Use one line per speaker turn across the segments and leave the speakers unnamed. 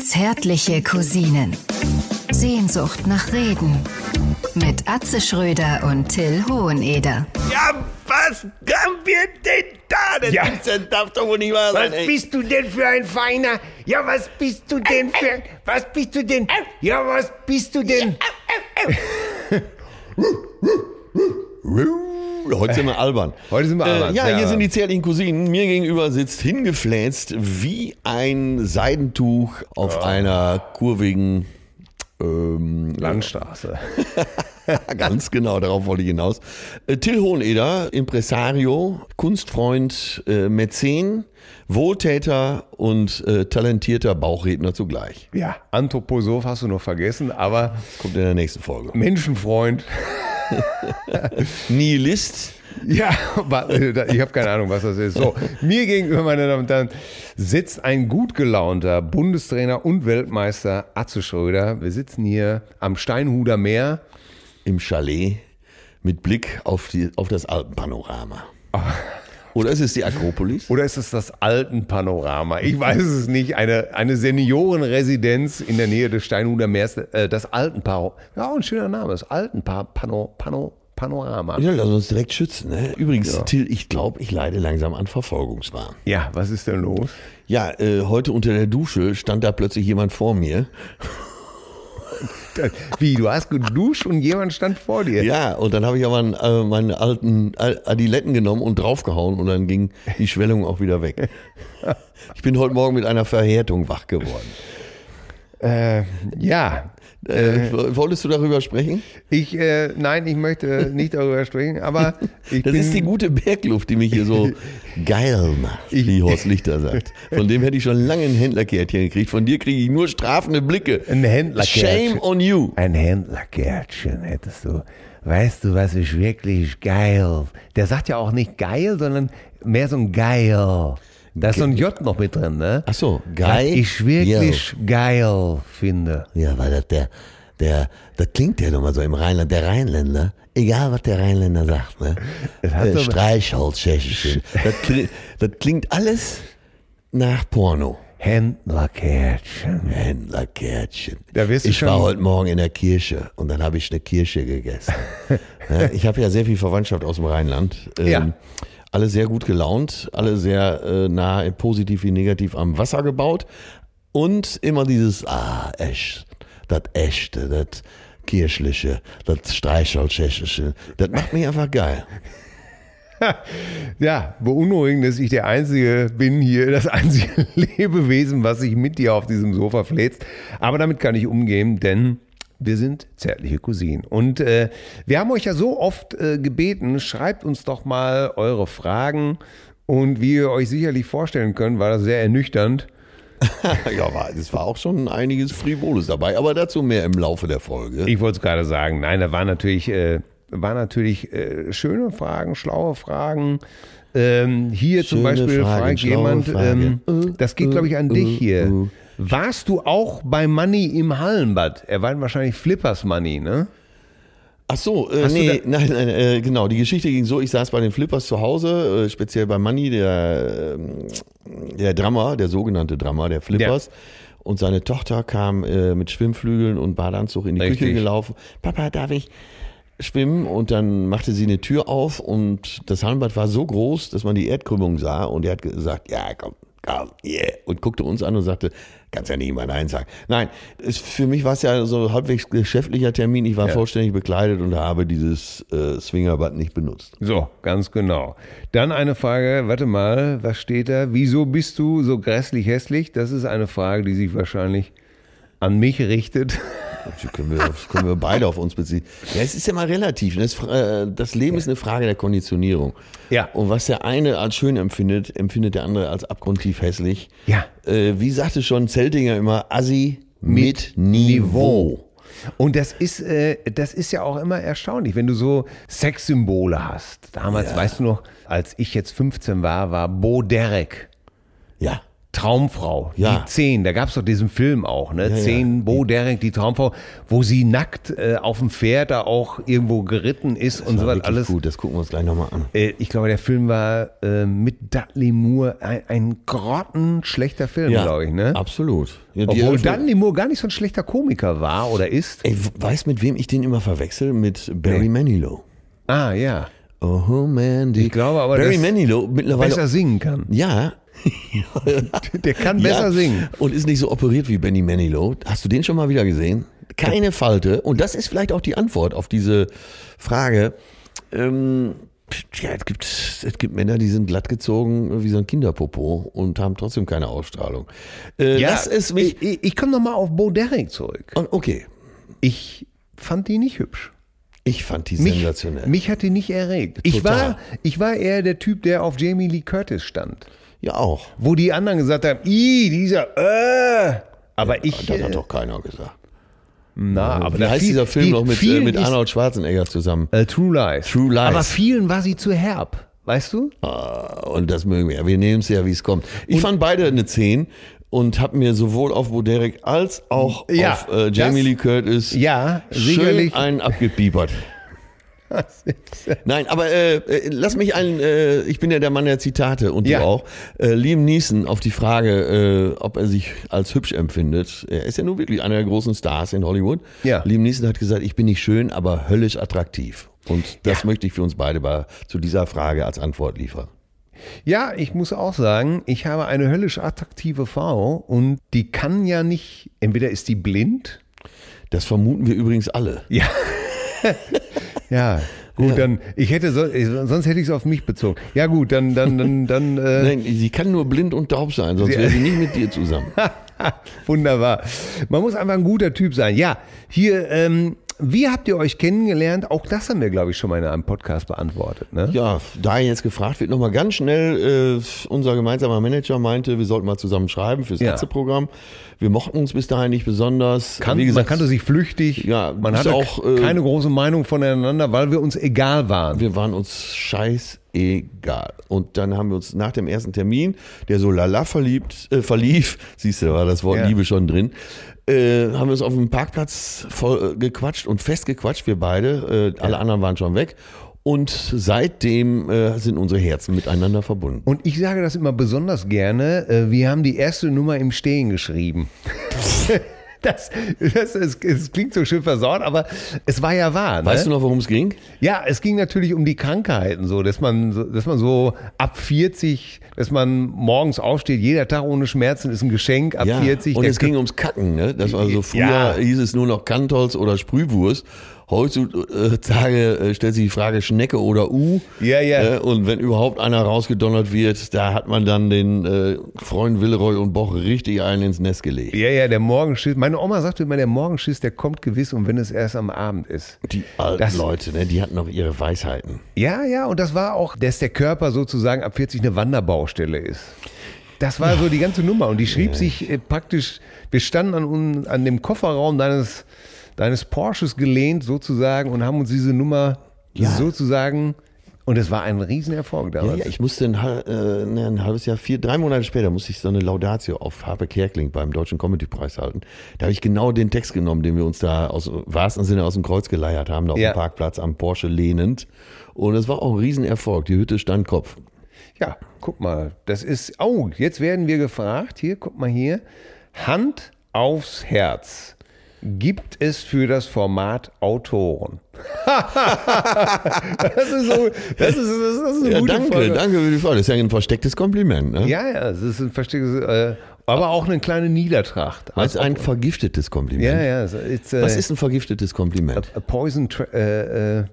Zärtliche Cousinen. Sehnsucht nach Reden. Mit Atze Schröder und Till Hoheneder.
Ja, was haben wir denn da? Das
Ja.
gibt's, das darf doch wohl nicht wahr sein.
Was
ey.
bist du denn für ein Feiner? Ja, was bist du denn für... Was bist du denn... Ja, was bist du denn...
Heute sind wir albern.
Heute sind wir albern,
Äh, ja,
sehr
hier sind
albern.
die zärtlichen Cousinen. Mir gegenüber sitzt hingefläzt wie ein Seidentuch auf einer kurvigen ähm,
Landstraße.
Ganz genau, darauf wollte ich hinaus. Äh, Till Hoheneder, Impresario, Kunstfreund, äh, Mäzen, Wohltäter und äh, talentierter Bauchredner zugleich.
Ja, Anthroposoph hast du noch vergessen, aber
Kommt in der nächsten Folge.
Menschenfreund.
Nihilist.
Ja, wa- äh, da- ich habe keine Ahnung, was das ist. So, mir gegenüber, meine Damen und Herren, sitzt ein gut gelaunter Bundestrainer und Weltmeister Atze Schröder. Wir sitzen hier am Steinhuder Meer.
im Chalet mit Blick auf, die, auf das Alpenpanorama. Oder ist es die Akropolis?
Oder ist es das Alpenpanorama? Ich weiß es nicht. Eine, eine Seniorenresidenz in der Nähe des Steinhuder Meers. Äh, das Alpenparo. Ja, auch ein schöner Name. Das Alpenpanorama. Pano, Panorama.
Ja, lass uns direkt schützen. Ne? Übrigens, Till, ich glaube, ich leide langsam an Verfolgungswahn.
Ja, was ist denn los?
Ja, äh, heute unter der Dusche stand da plötzlich jemand vor mir.
Wie, du hast geduscht und jemand stand vor dir?
Ja, und dann habe ich aber einen, äh, meine alten Al- Adiletten genommen und draufgehauen und dann ging die Schwellung auch wieder weg. Ich bin heute Morgen mit einer Verhärtung wach geworden.
Äh, ja.
Äh, wolltest du darüber sprechen?
Ich, äh, nein, ich möchte nicht darüber sprechen, aber ich
Das
bin,
ist die gute Bergluft, die mich hier so geil macht, wie Horst Lichter sagt. Von dem hätte ich schon lange ein Händlerkärtchen gekriegt. Von dir kriege ich nur strafende Blicke.
Ein Händlerkärtchen.
Shame on you.
Ein Händlerkärtchen hättest du. Weißt du, was ist wirklich geil? Der sagt ja auch nicht geil, sondern mehr so ein geil. Da ist so ein J noch mit drin, ne?
Ach so,
Was
geil.
ich wirklich geil finde.
Ja, weil das der, der, das klingt ja nochmal so im Rheinland, der Rheinländer, egal was der Rheinländer sagt, ne?
Es hat
Äh,
so-
Streichholzschächchen. Das, kli- das klingt alles nach Porno.
Händlerkärtchen.
Händlerkärtchen.
Da wirst du
ich
schon-
war heute Morgen in der Kirche und dann habe ich eine Kirsche gegessen. Ja, ich habe ja sehr viel Verwandtschaft aus dem Rheinland. Ähm,
Ja.
Alle sehr gut gelaunt, alle sehr äh, nah positiv wie negativ am Wasser gebaut. Und immer dieses, ah, echt, das Echte, das Kirschliche, das Streichholzschächische. Das macht mich einfach geil.
Ja, beunruhigend, dass ich der Einzige bin hier, das einzige Lebewesen, was sich mit dir auf diesem Sofa fläzt. Aber damit kann ich umgehen, denn wir sind zärtliche Cousinen. Und äh, wir haben euch ja so oft äh, gebeten, schreibt uns doch mal eure Fragen. Und wie ihr euch sicherlich vorstellen könnt, war das sehr ernüchternd.
ja, war, es war auch schon einiges Frivoles dabei, aber dazu mehr im Laufe der Folge.
Ich wollte es gerade sagen. Nein, da waren natürlich, äh, waren natürlich äh, schöne Fragen, schlaue Fragen. Ähm, hier zum
Schöne
Beispiel
Fragen,
fragt
schlaue
jemand,
Frage. Äh,
ähm, das geht, glaube ich, an dich hier. Warst du auch bei Money im Hallenbad? Er war wahrscheinlich Flippers Money, ne?
Ach so, äh,
Hast du
nee,
da-
nein, nein, äh, genau. Die Geschichte ging so: Ich saß bei den Flippers zu Hause, äh, speziell bei Manny, der, ähm, der Drummer, der sogenannte Drummer, der Flippers. Und seine Tochter kam äh, mit Schwimmflügeln und Badeanzug in die
Richtig.
Küche gelaufen. Papa, darf ich schwimmen? Und dann machte sie eine Tür auf und das Hallenbad war so groß, dass man die Erdkrümmung sah. Und er hat gesagt: Ja, komm. komm, Yeah. Und guckte uns an und sagte, kannst ja nicht mal Nein sagen. Nein, es, für mich war es ja so halbwegs geschäftlicher Termin. Ich war
Ja.
vollständig bekleidet und habe dieses äh, Swingerbad nicht benutzt.
So, ganz genau. Dann eine Frage, warte mal, was steht da? Wieso bist du so grässlich hässlich? Das ist eine Frage, die sich wahrscheinlich an mich richtet.
Das können wir, das können wir beide auf uns beziehen. Ja, es ist ja mal relativ. ne? Das, äh, das Leben ist eine Frage der Konditionierung.
Ja.
Und was der eine als schön empfindet, empfindet der andere als abgrundtief hässlich.
Ja.
Äh, wie sagte schon Zeltinger immer, Assi mit, Niveau.
Und das ist, äh, das ist ja auch immer erstaunlich, wenn du so Sexsymbole hast. Damals, weißt du noch, als ich jetzt 15 war, war Bo Derek.
Ja.
Traumfrau,
Ja.
die Zehn, da gab es doch diesen Film auch, ne?
Ja, ja.
Zehn, Bo Derek, die Traumfrau, wo sie nackt äh, auf dem Pferd da auch irgendwo geritten ist und
War
sowas
wirklich
alles.
Gut, das gucken wir uns gleich nochmal an.
Äh, Ich glaube, der Film war äh, mit Dudley Moore ein, ein grottenschlechter Film, glaube ich, ne?
Absolut. Ja, die
Obwohl
Eröffnung-
Dudley Moore gar nicht so ein schlechter Komiker war oder ist.
Ey, w- weißt mit wem ich den immer verwechsel? Mit Barry Manilow.
Ah, ja.
Oh, Mandy.
Ich glaube aber,
Barry
dass
Manilow mittlerweile.
Besser singen kann.
ja.
Der kann besser
ja.
singen.
Und ist nicht so operiert wie Benny Manilow. Hast du den schon mal wieder gesehen? Keine Falte. Und das ist vielleicht auch die Antwort auf diese Frage. Ähm, ja, es gibt, es gibt Männer, die sind glatt gezogen wie so ein Kinderpopo und haben trotzdem keine Ausstrahlung. Äh,
Ja,
Lass es
Ich,
mich.
ich, ich komme nochmal auf Bo Derek zurück.
Und okay.
Ich fand die nicht hübsch.
Ich fand die sensationell.
mich hat die nicht erregt. Ich
Total.
war, ich war eher der Typ, der auf Jamie Lee Curtis stand.
ja, auch.
Wo die anderen gesagt haben, ih, dieser, äh. Aber ich.
Das hat
äh,
doch keiner gesagt.
na, Ah, aber
Wie
da
heißt
viel-
dieser Film
die-
noch mit, äh,
vielen
mit
ist-
Arnold Schwarzenegger zusammen?
Äh, True Lies.
True Lies.
Aber vielen war sie zu herb, weißt du?
Äh, Und das mögen wir. ja. Wir nehmen es ja, wie es kommt. Ich fand beide eine 10 und habe mir sowohl auf Boderek als auch
Ja,
auf äh, Jamie
das-
Lee Curtis
Ja,
schön
sicherlich.
einen abgebiebert. Nein, aber äh, äh, lass mich einen, äh, ich bin ja der Mann der Zitate und
Ja.
du auch. Äh, Liam Neeson auf die Frage, äh, ob er sich als hübsch empfindet. Er ist ja nun wirklich einer der großen Stars in Hollywood.
Ja.
Liam Neeson hat gesagt, ich bin nicht schön, aber höllisch attraktiv. Und das möchte ich für uns beide bei, zu dieser Frage als Antwort liefern.
Ja, ich muss auch sagen, ich habe eine höllisch attraktive Frau und die kann ja nicht, entweder ist die blind.
Das vermuten wir übrigens alle.
Ja. ja, gut, dann, ich hätte, so, sonst hätte ich es auf mich bezogen. Ja gut, dann, dann, dann, dann, äh,
Nein, sie kann nur blind und taub sein, sonst wäre sie nicht mit dir zusammen.
Wunderbar. Man muss einfach ein guter Typ sein. Ja, hier, ähm, wie habt ihr euch kennengelernt? Auch das haben wir, glaube ich, schon mal in einem Podcast beantwortet. Ne?
Ja, da jetzt gefragt wird, nochmal ganz schnell, äh, unser gemeinsamer Manager meinte, wir sollten mal zusammen schreiben fürs
Ja.
Ärzteprogramm. Wir mochten uns bis dahin nicht besonders.
Kann,
Wie gesagt,
man kannte sich flüchtig.
Ja,
man
ist
hatte
auch,
auch,
äh,
keine große Meinung voneinander, weil wir uns egal waren.
wir waren uns scheißegal. Und dann haben wir uns nach dem ersten Termin, der so lala verliebt, äh, verlief, siehst du, da war das Wort
Ja.
Liebe schon drin, äh, haben wir uns auf dem Parkplatz voll äh, gequatscht und festgequatscht, wir beide. Äh, Alle anderen waren schon weg. Und seitdem äh, sind unsere Herzen miteinander verbunden.
Und ich sage das immer besonders gerne. äh, Wir haben die erste Nummer im Stehen geschrieben. Das, das, ist, es klingt so schön versaut, aber es war ja wahr. Ne?
Weißt du noch, worum es ging?
Ja, es ging natürlich um die Krankheiten, so dass man, so- dass man so ab 40, dass man morgens aufsteht, jeder Tag ohne Schmerzen ist ein Geschenk. Ab 40.
und
der
es ging ums Kacken, ne? Das war so früher
Ja.
hieß es nur noch Kantholz oder Sprühwurst. Heutzutage äh, stellt sich die Frage Schnecke oder U.
Ja, ja.
Äh, Und wenn überhaupt einer rausgedonnert wird, da hat man dann den äh, Freund Willeroy und Boch richtig einen ins Nest gelegt.
ja, ja, der Morgenschiss. Meine Oma sagte immer, der Morgenschiss, der kommt gewiss und wenn es erst am Abend ist.
Die alten
Das-
Leute, ne? die hatten noch ihre Weisheiten.
Ja, ja, und das war auch, dass der Körper sozusagen ab 40 eine Wanderbaustelle ist. Das war so die ganze Nummer und die schrieb sich äh, praktisch, wir standen an, un- an dem Kofferraum deines, deines Porsches gelehnt sozusagen und haben uns diese Nummer
Ja.
sozusagen, und es war ein Riesenerfolg
Ja,
damals.
ja, ich musste ein, hal- äh, ne, ein halbes Jahr, vier, drei Monate später musste ich so eine Laudatio auf Harpe Kerkling beim Deutschen Comedy-Preis halten. Da habe ich genau den Text genommen, den wir uns da aus im wahrsten Sinne aus dem Kreuz geleiert haben, da auf
Ja.
dem Parkplatz am Porsche lehnend. Und es war auch ein Riesenerfolg. Die Hütte stand Kopf.
Ja, guck mal, das ist. Oh, jetzt werden wir gefragt. Hier, guck mal hier. Hand aufs Herz. Gibt es für das Format Autoren? das ist so. Das ist, das ist, das ist eine
Ja,
gute
danke,
Frage.
danke für die Frage. Das ist ja ein verstecktes Kompliment. Ne?
Ja, ja, es ist ein verstecktes. Äh, aber auch eine kleine Niedertracht.
Was ein vergiftetes Kompliment.
ja, ja. es- It's, äh,
Was ist ein vergiftetes Kompliment?
a poison? Tra äh, äh,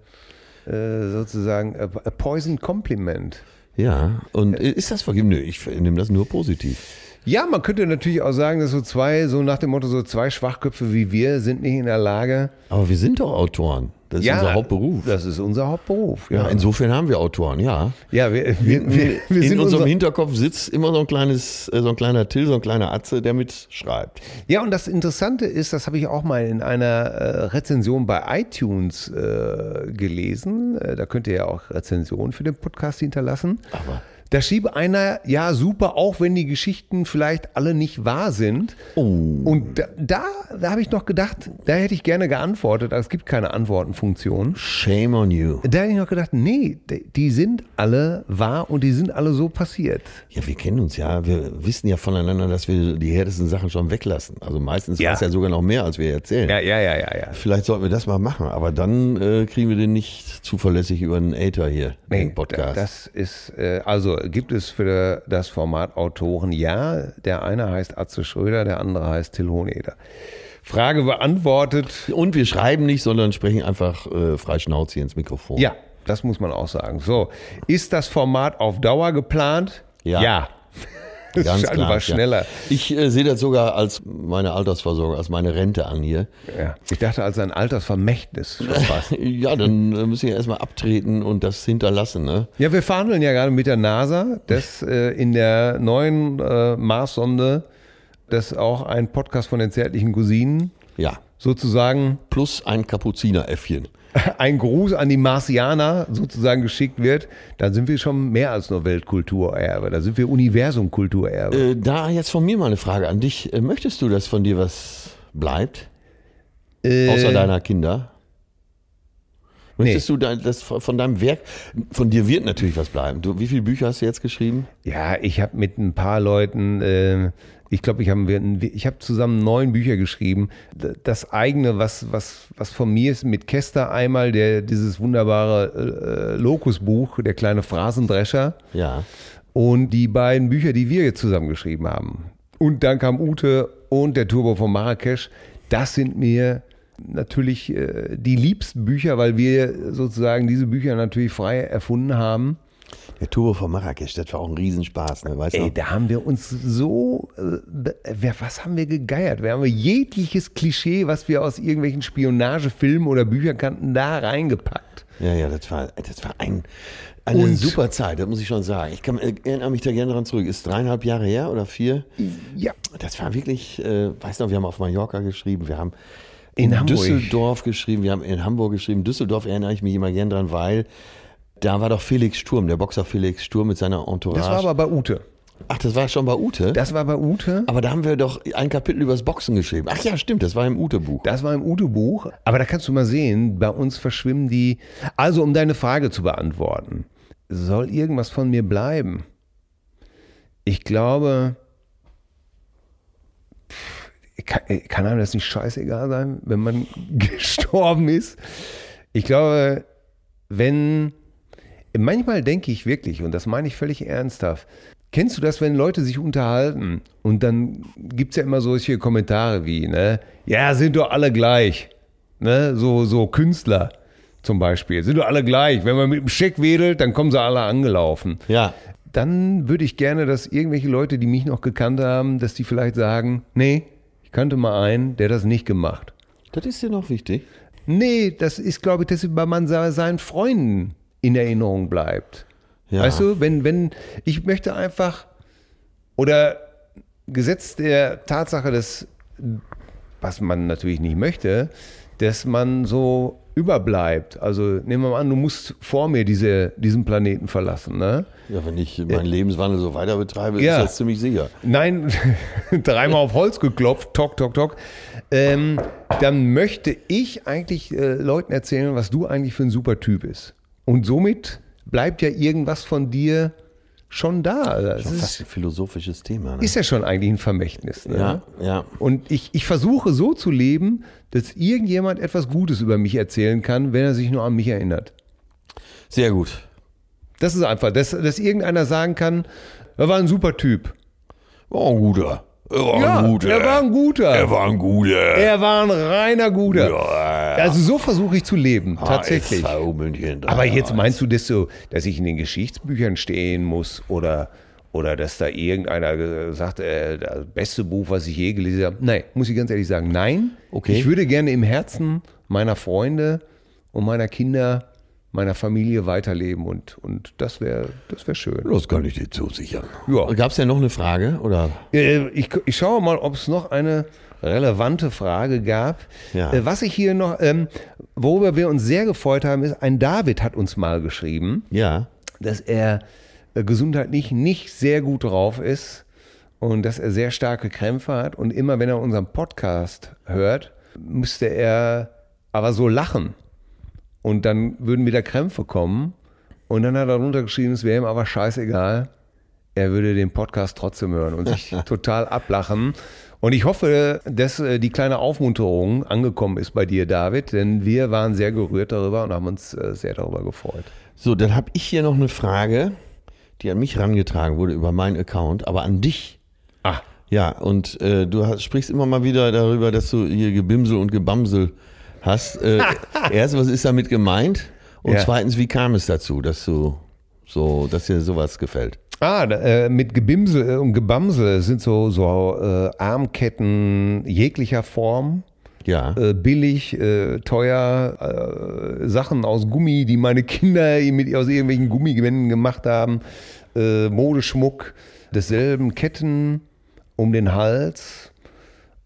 äh, sozusagen a, a poison Compliment.
Ja, und ist das vergiftet? Nö, ich nehme das nur positiv.
Ja, man könnte natürlich auch sagen, dass so zwei, so nach dem Motto, so zwei Schwachköpfe wie wir sind nicht in der Lage.
Aber wir sind doch Autoren. Das ist
ja,
unser Hauptberuf.
Das ist unser Hauptberuf.
Ja,
Ja,
insofern haben wir Autoren, ja.
ja wir, wir, wir, wir
in
sind
unserem
unser,
Hinterkopf sitzt immer so ein kleines, äh, so ein kleiner Till, so ein kleiner Atze, der mitschreibt.
Ja, und das Interessante ist, das habe ich auch mal in einer äh, Rezension bei iTunes äh, gelesen. Äh, da könnt ihr ja auch Rezensionen für den Podcast hinterlassen.
Aber
Da schrieb einer, ja, super, auch wenn die Geschichten vielleicht alle nicht wahr sind. Und da, da, da habe ich noch gedacht, da hätte ich gerne geantwortet, aber es gibt keine Antwortenfunktion.
Shame on you.
Da hätte ich noch gedacht, nee, d- die sind alle wahr und die sind alle so passiert.
Ja, wir kennen uns ja. Wir wissen ja voneinander, dass wir die härtesten Sachen schon weglassen. Also meistens
Ja.
weiß ja sogar noch mehr, als wir erzählen.
ja, ja, ja, ja.
Vielleicht sollten wir das mal machen, aber dann äh, kriegen wir den nicht zuverlässig über den Äther hier,
Nee,
den Podcast.
da- Das ist, äh, also gibt es für das Format Autoren ja. Der eine heißt Atze Schröder, der andere heißt Till Hohneder. Frage beantwortet.
Und wir schreiben nicht, sondern sprechen einfach äh, frei Schnauze hier ins Mikrofon.
Ja, das muss man auch sagen. So, ist das Format auf Dauer geplant?
Ja.
ja.
ganz
Schade,
klar.
also war schneller.
Ja. Ich äh, sehe das sogar als meine Altersversorgung, als meine Rente an hier.
Ja. Ich dachte als ein Altersvermächtnis schon fast.
Ja, dann äh, müssen wir erstmal abtreten und das hinterlassen. Ne?
Ja, wir verhandeln ja gerade mit der NASA, dass äh, in der neuen äh, Mars-Sonde, dass auch ein Podcast von den zärtlichen Cousinen
Ja.
sozusagen
Plus ein Kapuzineräffchen.
ein Gruß an die Marsianer sozusagen geschickt wird, dann sind wir schon mehr als nur Weltkulturerbe, da sind wir Universumkulturerbe.
Äh, da jetzt von mir mal eine Frage an dich. Äh, möchtest du, dass von dir was bleibt? Außer deiner Kinder? Möchtest du dein, das von von deinem Werk, von dir wird natürlich was bleiben. Du, wie viele Bücher hast du jetzt geschrieben?
Ja, ich habe mit ein paar Leuten, äh, ich glaube, ich habe ich hab zusammen neun Bücher geschrieben. D- Das eigene, was, was, was von mir ist, mit Kester einmal, der, dieses wunderbare äh, Locus-Buch, der kleine Phrasendrescher.
Ja.
und die beiden Bücher, die wir jetzt zusammen geschrieben haben. Und dann kam Ute und der Turbo von Marrakesch. Das sind mir natürlich äh, die liebsten Bücher, weil wir sozusagen diese Bücher natürlich frei erfunden haben.
Der Turbo von Marrakesch, das war auch ein Riesenspaß, ne? Weißt
Ey,
du?
da haben wir uns so, äh, be- wer, was haben wir gegeiert? Wir haben jegliches Klischee, was wir aus irgendwelchen Spionagefilmen oder Büchern kannten, da reingepackt.
Ja, ja, das war, das war ein, eine
Und-
super Zeit, das muss ich schon sagen. Ich kann, äh, erinnere mich da gerne dran zurück. Ist dreieinhalb Jahre her oder vier?
Ja.
Das war wirklich, äh, weißt du, wir haben auf Mallorca geschrieben, wir haben
In
in,
Hamburg.
Düsseldorf geschrieben, wir haben in Hamburg geschrieben. Düsseldorf erinnere ich mich immer gern dran, weil da war doch Felix Sturm, der Boxer Felix Sturm mit seiner Entourage.
Das war aber bei Ute.
Ach, das war schon bei Ute?
Das war bei Ute.
aber da haben wir doch ein Kapitel übers Boxen geschrieben. Ach ja, stimmt, das war im Ute-Buch.
Das war im Udo-Buch. Aber da kannst du mal sehen, bei uns verschwimmen die. Also, um deine Frage zu beantworten, soll irgendwas von mir bleiben? Ich glaube, pff, kann, kann einem das nicht scheißegal sein, wenn man gestorben ist? Ich glaube, wenn. Manchmal denke ich wirklich, und das meine ich völlig ernsthaft, kennst du das, wenn Leute sich unterhalten und dann gibt es ja immer solche Kommentare wie, ne, ja, sind doch alle gleich. Ne, so, so Künstler zum Beispiel, sind doch alle gleich. Wenn man mit dem Scheck wedelt, dann kommen sie alle angelaufen.
Ja,
Dann würde ich gerne, dass irgendwelche Leute, die mich noch gekannt haben, dass die vielleicht sagen, nee, ich kannte mal einen, der das nicht gemacht.
das ist dir noch wichtig.
Nee, das ist, glaube ich, dass man se- seinen Freunden in Erinnerung bleibt.
Ja.
Weißt du, wenn, wenn, ich möchte einfach, oder gesetzt der Tatsache, dass, was man natürlich nicht möchte, dass man so überbleibt. Also nehmen wir mal an, du musst vor mir diese, diesen Planeten verlassen, ne?
Ja, wenn ich meinen Lebenswandel so weiter betreibe,
Ja.
ist das ziemlich sicher.
Nein, dreimal auf Holz geklopft, tok, tok, tok. Ähm, dann möchte ich eigentlich äh, Leuten erzählen, was du eigentlich für ein super Typ bist. Und somit bleibt ja irgendwas von dir schon da. Also
Das
Es
ist
ist,
fast ein philosophisches Thema. Ne?
ist ja schon eigentlich ein Vermächtnis. Ne?
ja, ja.
Und ich, ich versuche so zu leben, dass irgendjemand etwas Gutes über mich erzählen kann, wenn er sich nur an mich erinnert.
Sehr gut.
Das ist einfach, dass, dass irgendeiner sagen kann, er war ein super Typ.
War ein guter. Er war ein guter.
er war ein guter.
Er war ein guter.
Er war ein reiner Guter.
Ja. Ah,
Also so versuche ich zu leben, tatsächlich.
HSV München.
Aber jetzt meinst du, dass, so, dass ich in den Geschichtsbüchern stehen muss oder, oder dass da irgendeiner ge- sagt, äh, das beste Buch, was ich je gelesen habe? Nein, muss ich ganz ehrlich sagen, nein.
Okay.
Ich würde gerne im Herzen meiner Freunde und meiner Kinder, meiner Familie weiterleben und, und das wäre das wär schön.
Das kann ich dir zusichern.
Ja.
Gab es ja noch eine Frage? Oder?
Äh, Ich, ich schaue mal, ob es noch eine relevante Frage gab.
Ja.
Äh, Was ich hier noch, ähm, worüber wir uns sehr gefreut haben, ist, ein David hat uns mal geschrieben,
Ja.
dass er äh, gesundheitlich nicht sehr gut drauf ist und dass er sehr starke Krämpfe hat. Und immer wenn er unseren Podcast hört, müsste er aber so lachen. Und dann würden wieder Krämpfe kommen. Und dann hat er darunter geschrieben, es wäre ihm aber scheißegal. Er würde den Podcast trotzdem hören und sich total ablachen. Und ich hoffe, dass äh, die kleine Aufmunterung angekommen ist bei dir, David, denn wir waren sehr gerührt darüber und haben uns äh, sehr darüber gefreut.
So, dann habe ich hier noch eine Frage, die an mich herangetragen wurde über meinen Account, aber an dich.
Ah,
Ja, und äh, du hast, sprichst immer mal wieder darüber, dass du hier Gebimsel und Gebamsel hast. Äh, erst, was ist damit gemeint? Und
Ja.
zweitens, wie kam es dazu, dass du so, dass dir sowas gefällt?
Ah, da, äh, mit Gebimsel und Gebamsel sind so, so äh, Armketten jeglicher Form.
Ja.
Äh, billig, äh, teuer, äh, Sachen aus Gummi, die meine Kinder mit, aus irgendwelchen Gummigewänden gemacht haben. Äh, Modeschmuck, desselben Ketten um den Hals.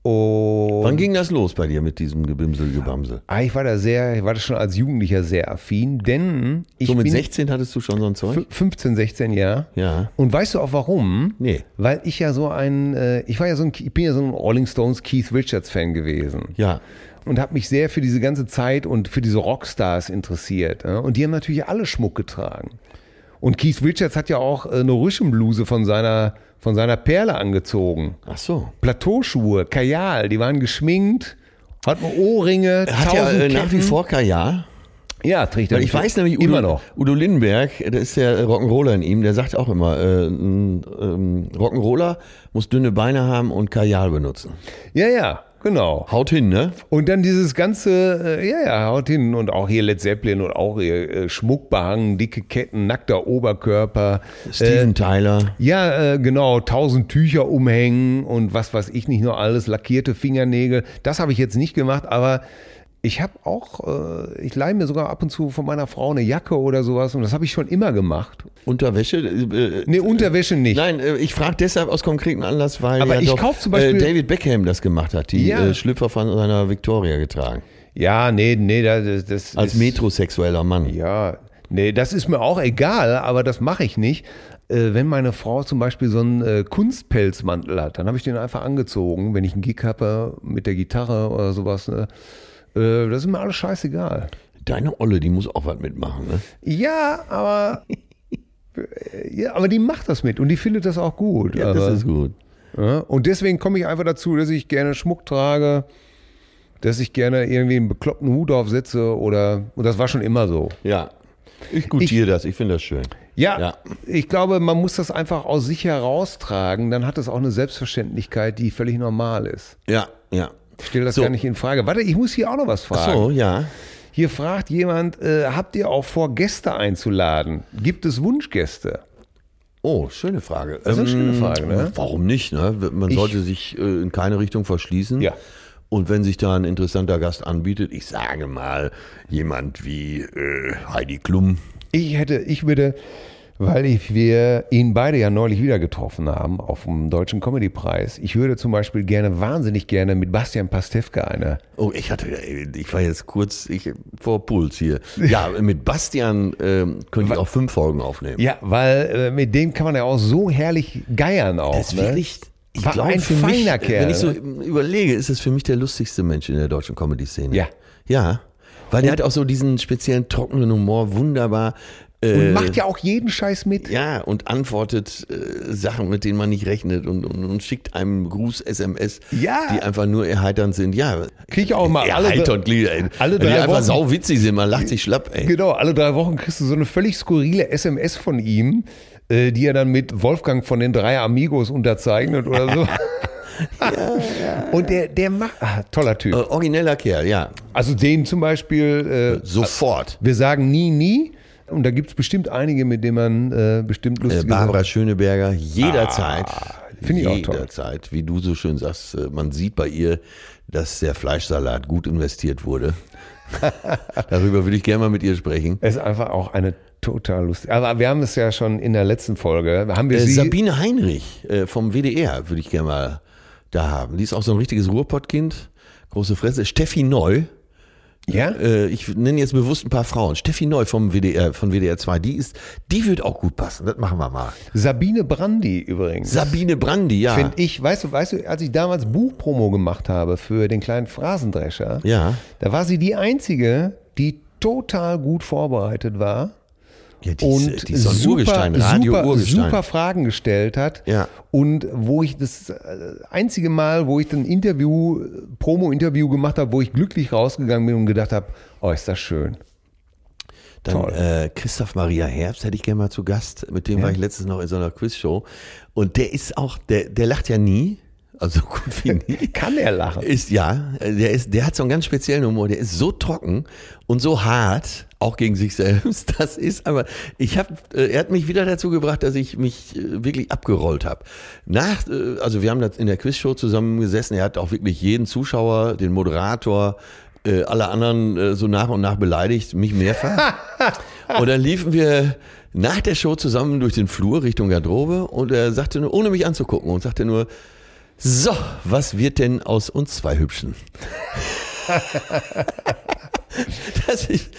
Und
Wann ging das los bei dir mit diesem Gebimsel, Gebamsel?
ah, ich war da sehr, ich war da schon als Jugendlicher sehr affin, denn ich
So mit
bin
16 hattest du schon so ein Zeug?
15, 16 Jahre.
Ja.
Und weißt du auch warum?
Nee.
Weil ich ja so ein, äh, ich war ja so ein, ich bin ja so ein Rolling Stones Keith Richards Fan gewesen
Ja.
und habe mich sehr für diese ganze Zeit und für diese Rockstars interessiert. ja. Und die haben natürlich alle Schmuck getragen. Und Keith Richards hat ja auch äh, eine Rüschenbluse von seiner, von seiner Perle angezogen.
Ach so.
Plateauschuhe, Kajal, die waren geschminkt, hatten Ohrringe,
Er hat
tausend
ja äh,
Ketten.
nach wie vor Kajal.
Ja, trägt er
Weil ich weiß nämlich, Udo,
immer noch.
Udo Lindenberg, das ist der Rock'n'Roller in ihm, der sagt auch immer, äh, ein, ähm, Rock'n'Roller muss dünne Beine haben und Kajal benutzen.
Ja, ja, genau.
Haut hin, ne?
Und dann dieses ganze, äh, ja, ja, haut hin und auch hier Led Zeppelin und auch hier äh, Schmuckbehangen, dicke Ketten, nackter Oberkörper.
Steven Tyler.
Ja, äh, genau, tausend Tücher umhängen und was weiß ich nicht nur alles, lackierte Fingernägel. Das habe ich jetzt nicht gemacht, aber ich habe auch, äh, ich leihe mir sogar ab und zu von meiner Frau eine Jacke oder sowas und das habe ich schon immer gemacht.
Unterwäsche? Äh,
Nee, Unterwäsche nicht.
Nein, äh, ich frage deshalb aus konkreten Anlass, weil
Aber
ja
ich
doch,
kauf zum Beispiel-
äh, David Beckham das gemacht hat, die
Ja.
äh, Schlüpfer von seiner Victoria getragen.
Ja, nee, nee, das, das
Als
ist,
metrosexueller Mann.
Ja, nee, das ist mir auch egal, aber das mache ich nicht. Äh, wenn meine Frau zum Beispiel so einen äh, Kunstpelzmantel hat, dann habe ich den einfach angezogen, wenn ich einen Gig habe äh, mit der Gitarre oder sowas. Ne? Äh, das ist mir alles scheißegal.
Deine Olle, die muss auch was mitmachen, ne?
Ja, aber. äh, Ja, aber die macht das mit und die findet das auch gut.
Ja,
aber,
das ist gut.
ja, und deswegen komme ich einfach dazu, dass ich gerne Schmuck trage, dass ich gerne irgendwie einen bekloppten Hut aufsetze oder. Und das war schon immer so.
Ja. Ich gutiere das, ich finde das schön.
Ja,
Ja.
ich glaube, man muss das einfach aus sich heraustragen, dann hat es auch eine Selbstverständlichkeit, die völlig normal ist.
Ja, ja.
Ich stelle das
So.
gar nicht in Frage. Warte, ich muss hier auch noch was fragen.
So, ja.
Hier fragt jemand, äh, habt ihr auch vor, Gäste einzuladen? Gibt es Wunschgäste?
Oh, schöne Frage.
Das ist eine
Ähm,
schöne Frage, ne?
Warum nicht? Ne? Man sollte sich äh, in keine Richtung verschließen.
Ja.
Und wenn sich da ein interessanter Gast anbietet, ich sage mal, jemand wie äh, Heidi Klum.
Ich hätte, ich würde, weil ich, wir ihn beide ja neulich wieder getroffen haben auf dem Deutschen Comedy-Preis, ich würde zum Beispiel gerne, wahnsinnig gerne mit Bastian Pastewka eine
Oh, ich hatte, ich war jetzt kurz ich, vor Puls hier. Ja, mit Bastian ähm, könnte ich auch fünf Folgen aufnehmen.
Ja, weil äh, mit dem kann man ja auch so herrlich geiern auch.
Das ist
ne?
wirklich, ich
War
glaube,
ein
für mich, äh,
feiner Kerl,
wenn ich so
ne?
überlege, ist es für mich der lustigste Mensch in der deutschen Comedy-Szene.
Ja.
Ja. Weil der hat auch so diesen speziellen trockenen Humor, wunderbar. Äh,
Und macht ja auch jeden Scheiß mit.
Ja, und antwortet äh, Sachen, mit denen man nicht rechnet und, und, und schickt einem Gruß-SMS,
Ja.
die einfach nur erheiternd sind. Ja, halt
Krieg ich auch mal alle
erheiternd, Lieder, ey.
alle
Wenn die
drei
einfach
Wochen.
sauwitzig sind, man lacht sich schlapp, ey.
Genau, alle drei Wochen kriegst du so eine völlig skurrile SMS von ihm, äh, die er dann mit Wolfgang von den drei Amigos unterzeichnet oder so. Und der, der macht, ah, toller
Äh,
Typ.
origineller Kerl, ja.
Also den zum Beispiel, äh,
Sofort.
wir sagen nie, nie. Und da gibt es bestimmt einige, mit denen man äh, bestimmt
Äh,
lustig
Barbara Schöneberger, jederzeit.
Ah, finde ich auch toll.
Jederzeit, wie du so schön sagst, äh, man sieht bei ihr, dass der Fleischsalat gut investiert wurde. Darüber würde ich gerne mal mit ihr sprechen.
Es ist einfach auch eine total lustige. Aber wir haben es ja schon in der letzten Folge, haben wir
Äh,
sie...
Sabine Heinrich äh, vom WDR würde ich gerne mal da haben. Die ist auch so ein richtiges Ruhrpottkind. Große Fresse. Steffi Neu.
Ja?
Äh, ich nenne jetzt bewusst ein paar Frauen. Steffi Neu vom WDR, von WDR 2, die ist, die wird auch gut passen. Das machen wir mal.
Sabine Brandi übrigens.
Sabine Brandi, ja.
Finde ich, weißt du, weißt du, als ich damals Buchpromo gemacht habe für den kleinen Phrasendrescher,
Ja.
da war sie die einzige, die total gut vorbereitet war
ja die ist- äh,
und
die ist so ein
super,
Urgestein, Radio
super,
Urgestein.
super Fragen gestellt hat.
Ja.
Und wo ich das äh, einzige Mal, wo ich ein Interview, Promo-Interview gemacht habe, wo ich glücklich rausgegangen bin und gedacht habe, oh, ist das schön.
Dann
Toll.
äh, Christoph Maria Herbst hätte ich gerne mal zu Gast. Mit dem war ich letztens noch in so einer Quizshow. Und der ist auch, der, der lacht ja nie. Also gut wie nie.
Kann er lachen.
Ist ja, äh, der ist, der hat so einen ganz speziellen Humor. Der ist so trocken und so hart, auch gegen sich selbst. Das ist aber, ich habe, er hat mich wieder dazu gebracht, dass ich mich äh, wirklich abgerollt habe. Nach, äh, also wir haben das in der Quizshow zusammengesessen. Er hat auch wirklich jeden Zuschauer, den Moderator, äh, alle anderen äh, so nach und nach beleidigt, mich mehrfach. und dann liefen wir nach der Show zusammen durch den Flur Richtung Garderobe und er sagte nur, ohne mich anzugucken, und sagte nur, so, was wird denn aus uns zwei Hübschen? das ist,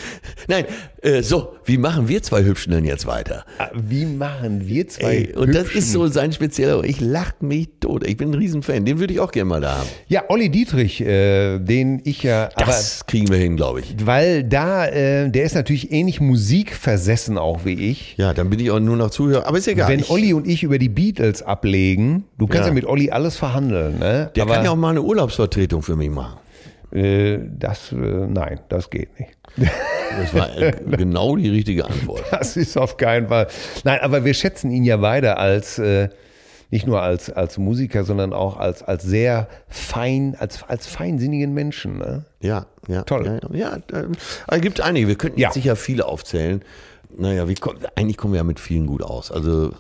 nein, äh, so, wie machen wir zwei Hübschen denn jetzt weiter?
Wie machen wir zwei?
Ey, und das
Hübschen-
ist so sein spezieller, ich lach mich tot. Ich bin ein Riesenfan, den würde ich auch gerne mal da haben.
Ja, Olli Dietrich, äh, den ich ja.
Das kriegen wir hin, glaube ich.
aber weil da, äh, der ist natürlich ähnlich musikversessen auch wie ich.
Ja, dann bin ich auch nur noch Zuhörer, aber ist egal.
Wenn
ich,
Olli und ich über die Beatles ablegen, du kannst ja,
Ja.
mit Olli alles verhandeln, ne?
der
aber,
kann ja auch mal eine Urlaubsvertretung für mich machen.
äh, das, äh, nein, das geht nicht.
Das war äh, genau die richtige Antwort.
Das ist auf keinen Fall. Nein, aber wir schätzen ihn ja weiter als äh, nicht nur als, als Musiker, sondern auch als, als sehr fein, als, als feinsinnigen Menschen. Ne?
Ja, ja.
Toll.
Ja, ja, ja ähm, aber es gibt einige. Wir könnten
Ja.
jetzt sicher viele aufzählen. Naja, wir kommen, eigentlich kommen wir ja mit vielen gut aus. Also,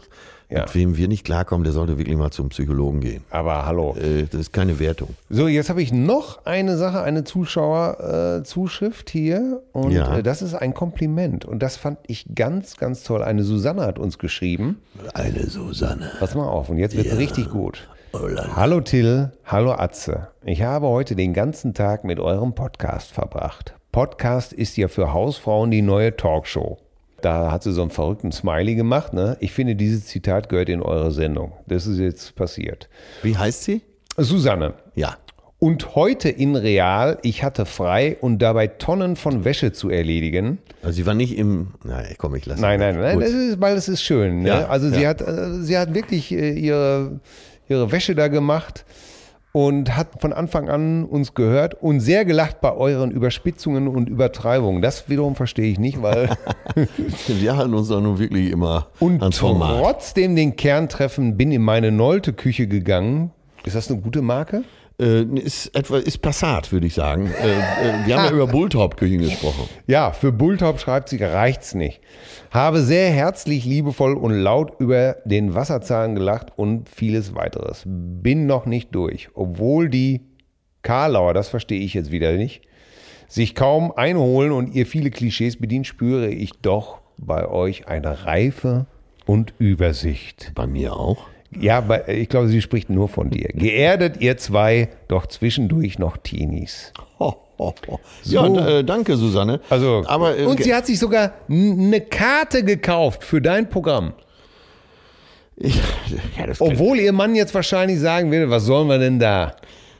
Ja.
mit wem wir nicht klarkommen, der sollte wirklich mal zum Psychologen gehen.
Aber hallo.
Äh, das ist keine Wertung.
So, jetzt habe ich noch eine Sache, eine Zuschauerzuschrift hier. Und
Ja.
äh, das ist ein Kompliment. Und das fand ich ganz, ganz toll. Eine Susanne hat uns geschrieben.
Eine Susanne.
Pass mal auf, und jetzt wird es richtig gut.
Oh Land.
Hallo Till, hallo Atze. Ich habe heute den ganzen Tag mit eurem Podcast verbracht. Podcast ist ja für Hausfrauen die neue Talkshow. Da hat sie so einen verrückten Smiley gemacht. Ne? Ich finde, dieses Zitat gehört in eure Sendung. Das ist jetzt passiert.
Wie heißt sie?
Susanne,
Ja.
und heute in Real, ich hatte frei und dabei Tonnen von Wäsche zu erledigen.
Also, sie war nicht im. Nein, komm, ich lasse.
Nein, nein, nein,
Gut.
das ist, weil es ist schön. Ne?
Ja,
also sie
ja.
hat, äh, sie hat wirklich äh, ihre, ihre Wäsche da gemacht und hat von Anfang an uns gehört und sehr gelacht bei euren Überspitzungen und Übertreibungen. Das wiederum verstehe ich nicht, weil
Wir halten uns da nun wirklich immer
und
ans Format.
trotzdem den Kern treffen, bin in meine Nolte Küche gegangen. Ist das eine gute Marke?
Äh, ist, etwa, ist Passat, würde ich sagen. Äh, äh, wir haben ja über Bulltop-Küchen gesprochen.
Ja, für Bulltop schreibt sie, reicht's nicht. Habe sehr herzlich, liebevoll und laut über den Wasserzahn gelacht und vieles weiteres. Bin noch nicht durch, obwohl die Karlauer, das verstehe ich jetzt wieder nicht, sich kaum einholen und ihr viele Klischees bedient, spüre ich doch bei euch eine Reife und Übersicht.
Bei mir auch.
Ja, aber ich glaube, sie spricht nur von dir. Geerdet ihr zwei, doch zwischendurch noch Teenies.
Ho, ho, ho. Ja, d- äh, danke, Susanne.
Also,
aber äh,
und sie hat sich sogar n- eine Karte gekauft für dein Programm.
ich, ja, das kann-
Obwohl ihr Mann jetzt wahrscheinlich sagen würde, was sollen wir denn da?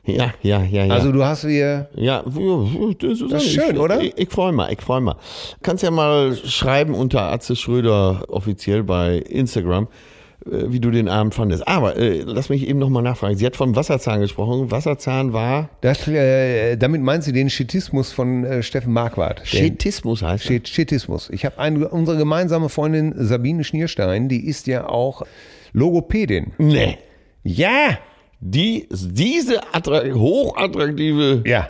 ja, ja, ja, ja.
Also du hast hier,
ja, w- w-
Das
Susanne,
ist schön,
ich,
oder?
Ich, ich freue mich, ich freue mich. Kannst ja mal schreiben unter Atze Schröder offiziell bei Instagram, äh, wie du den Abend fandest. Aber äh, lass mich eben nochmal nachfragen. Sie hat vom Wasserzahn gesprochen. Wasserzahn war
das, äh, damit meinst du den Schismus von äh, Steffen Marquardt. Den-
Schetismus heißt er.
Schet- Schetismus. Ich habe eine, unsere gemeinsame Freundin Sabine Schnierstein, die ist ja auch Logopädin.
Nee.
Ja!
Die, diese attra hochattraktive
Ja.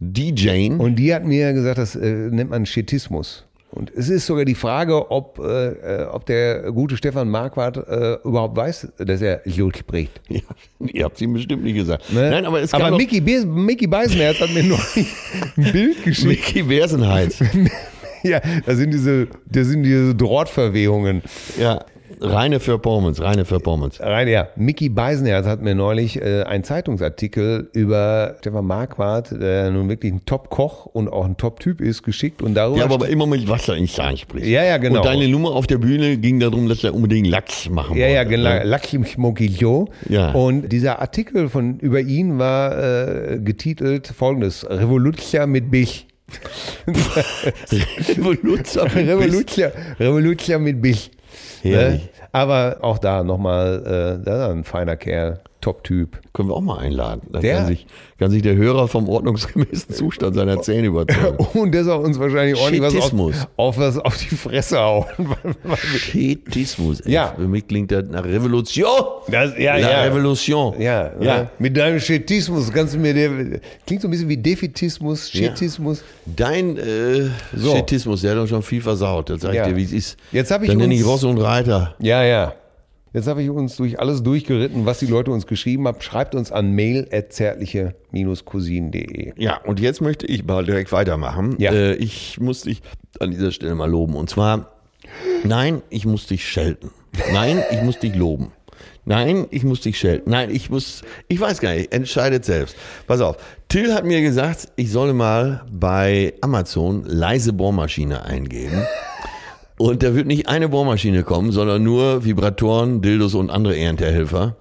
DJ.
Und die hat mir gesagt, das äh, nennt man Schetismus. Und es ist sogar die Frage, ob, äh, äh, ob der gute Stefan Marquardt äh, überhaupt weiß, dass er Jod spricht.
Ja, ihr habt sie bestimmt nicht gesagt.
Ne?
Nein, aber es gab
aber
noch-
Mickey, Be Mickey Beisenherz hat mir neulich ein Bild geschickt.
Mickey Bersenheit.
ja, da sind diese, da sind diese Drahtverwehungen.
ja. Reine Performance, reine Performance.
Rein, ja. Mickey Beisenherz hat mir neulich äh, einen Zeitungsartikel über Stefan Marquardt, der nun wirklich ein Top-Koch und auch ein Top-Typ ist, geschickt und darüber.
Ja, aber immer mit Wasser ins Zahn spricht.
Ja, ja, genau.
Und deine Nummer auf der Bühne ging darum, dass er unbedingt Lachs machen
ja, ja,
wollte.
genau. Lakim Mokijo.
ne? Ja.
Und dieser Artikel von, über ihn war äh, getitelt folgendes: Revolution mit Bich.
ne? Revolution.
Revolution, Revolution mit Bich. Ne?
Herrlich.
Aber auch da nochmal, äh, da ein feiner Kerl, Top-Typ.
Können wir auch mal einladen. Dann
Der-
kann sich, kann sich der Hörer vom ordnungsgemäßen Zustand seiner Zähne überzeugen.
Und der soll uns wahrscheinlich ordentlich was auf,
Schittismus.
auf, was auf die Fresse hauen.
Schetismus. ey.
Ja.
Für mich klingt das nach Revolution.
Das- ja,
La
ja.
Revolution.
ja,
ja.
ne? mit deinem Schetismus kannst du mir der, klingt so ein bisschen wie Defitismus,
Ja.
Schetismus.
Dein äh,
So.
Schetismus, der hat uns schon viel versaut. Das sag ich
Ja.
dir, wie es ist.
Jetzt hab ich
Dann nenne ich
uns-
Ross und Reiter.
Ja, ja. Jetzt habe ich uns durch alles durchgeritten, was die Leute uns geschrieben haben. Schreibt uns an mail zärtliche-cousin.de.
Ja, und jetzt möchte ich mal direkt weitermachen.
Ja.
Äh, ich muss dich an dieser Stelle mal loben. Und zwar, nein, ich muss dich schelten. Nein, ich muss dich loben. Nein, ich muss dich schelten. Nein, ich muss, ich weiß gar nicht, entscheidet selbst. Pass auf, Till hat mir gesagt, ich solle mal bei Amazon leise Bohrmaschine eingeben. Und da wird nicht eine Bohrmaschine kommen, sondern nur Vibratoren, Dildos und andere Erntehelfer.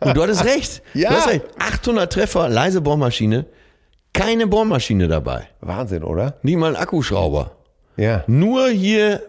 Und du hattest recht.
Ja.
Du hast recht. 800 Treffer, leise Bohrmaschine. Keine Bohrmaschine dabei.
Wahnsinn, oder?
Nicht mal ein Akkuschrauber.
Ja.
Nur hier.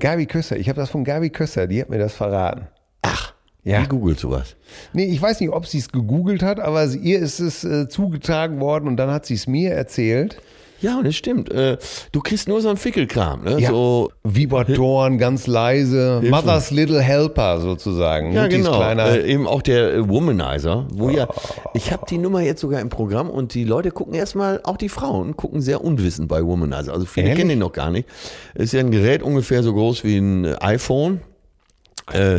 Gabi Köster, ich habe das von Gabi Köster, die hat mir das verraten.
Ach,
Ja.
wie googelt sowas?
Nee, ich weiß nicht, ob sie es gegoogelt hat, aber sie, ihr ist es äh, zugetragen worden und dann hat sie es mir erzählt.
Ja, und das stimmt. Äh, Du kriegst nur so einen Fickelkram. Ne?
Ja.
So,
Vibratoren, ganz leise. Mother's Little Helper sozusagen.
ja,
Muttis
genau.
Kleiner. Oh.
Äh, eben auch der äh, Womanizer. Wo ja, ich habe die Nummer jetzt sogar im Programm und die Leute gucken erstmal, auch die Frauen gucken sehr unwissend bei Womanizer. Also viele
Ehrlich?
kennen den noch gar nicht. Ist ja ein Gerät ungefähr so groß wie ein äh, iPhone. Äh,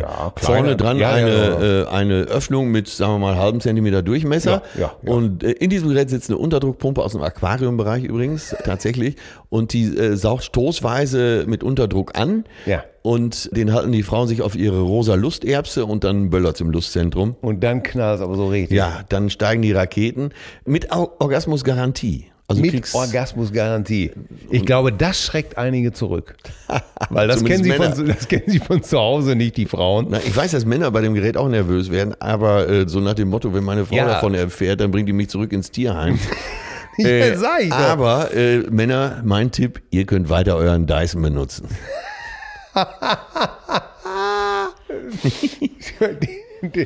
Ja, kleiner.
vorne dran
Ja, genau. ja,
eine,
ja, ja.
Äh, eine Öffnung mit, sagen wir mal, halben Zentimeter Durchmesser.
Ja, ja, ja.
Und äh, in diesem Gerät sitzt eine Unterdruckpumpe aus dem Aquariumbereich übrigens, tatsächlich. Und die äh, saugt stoßweise mit Unterdruck an.
Ja.
Und den halten die Frauen sich auf ihre rosa Lusterbse und dann Böller zum Lustzentrum.
und dann knallt es aber so richtig.
Ja, dann steigen die Raketen mit Au- Orgasmusgarantie. Also du
Mit
kriegst-
Orgasmusgarantie. Ich glaube, das schreckt einige zurück. Weil das kennen,
Zumindest
sie von,
Männer.
das kennen sie von zu Hause nicht, die Frauen.
Na, ich weiß, dass Männer bei dem Gerät auch nervös werden, aber äh, so nach dem Motto, wenn meine Frau
Ja.
davon erfährt, dann bringt die mich zurück ins Tierheim.
ja, sag ich doch.
Äh, aber äh, Männer, mein Tipp, ihr könnt weiter euren Dyson benutzen.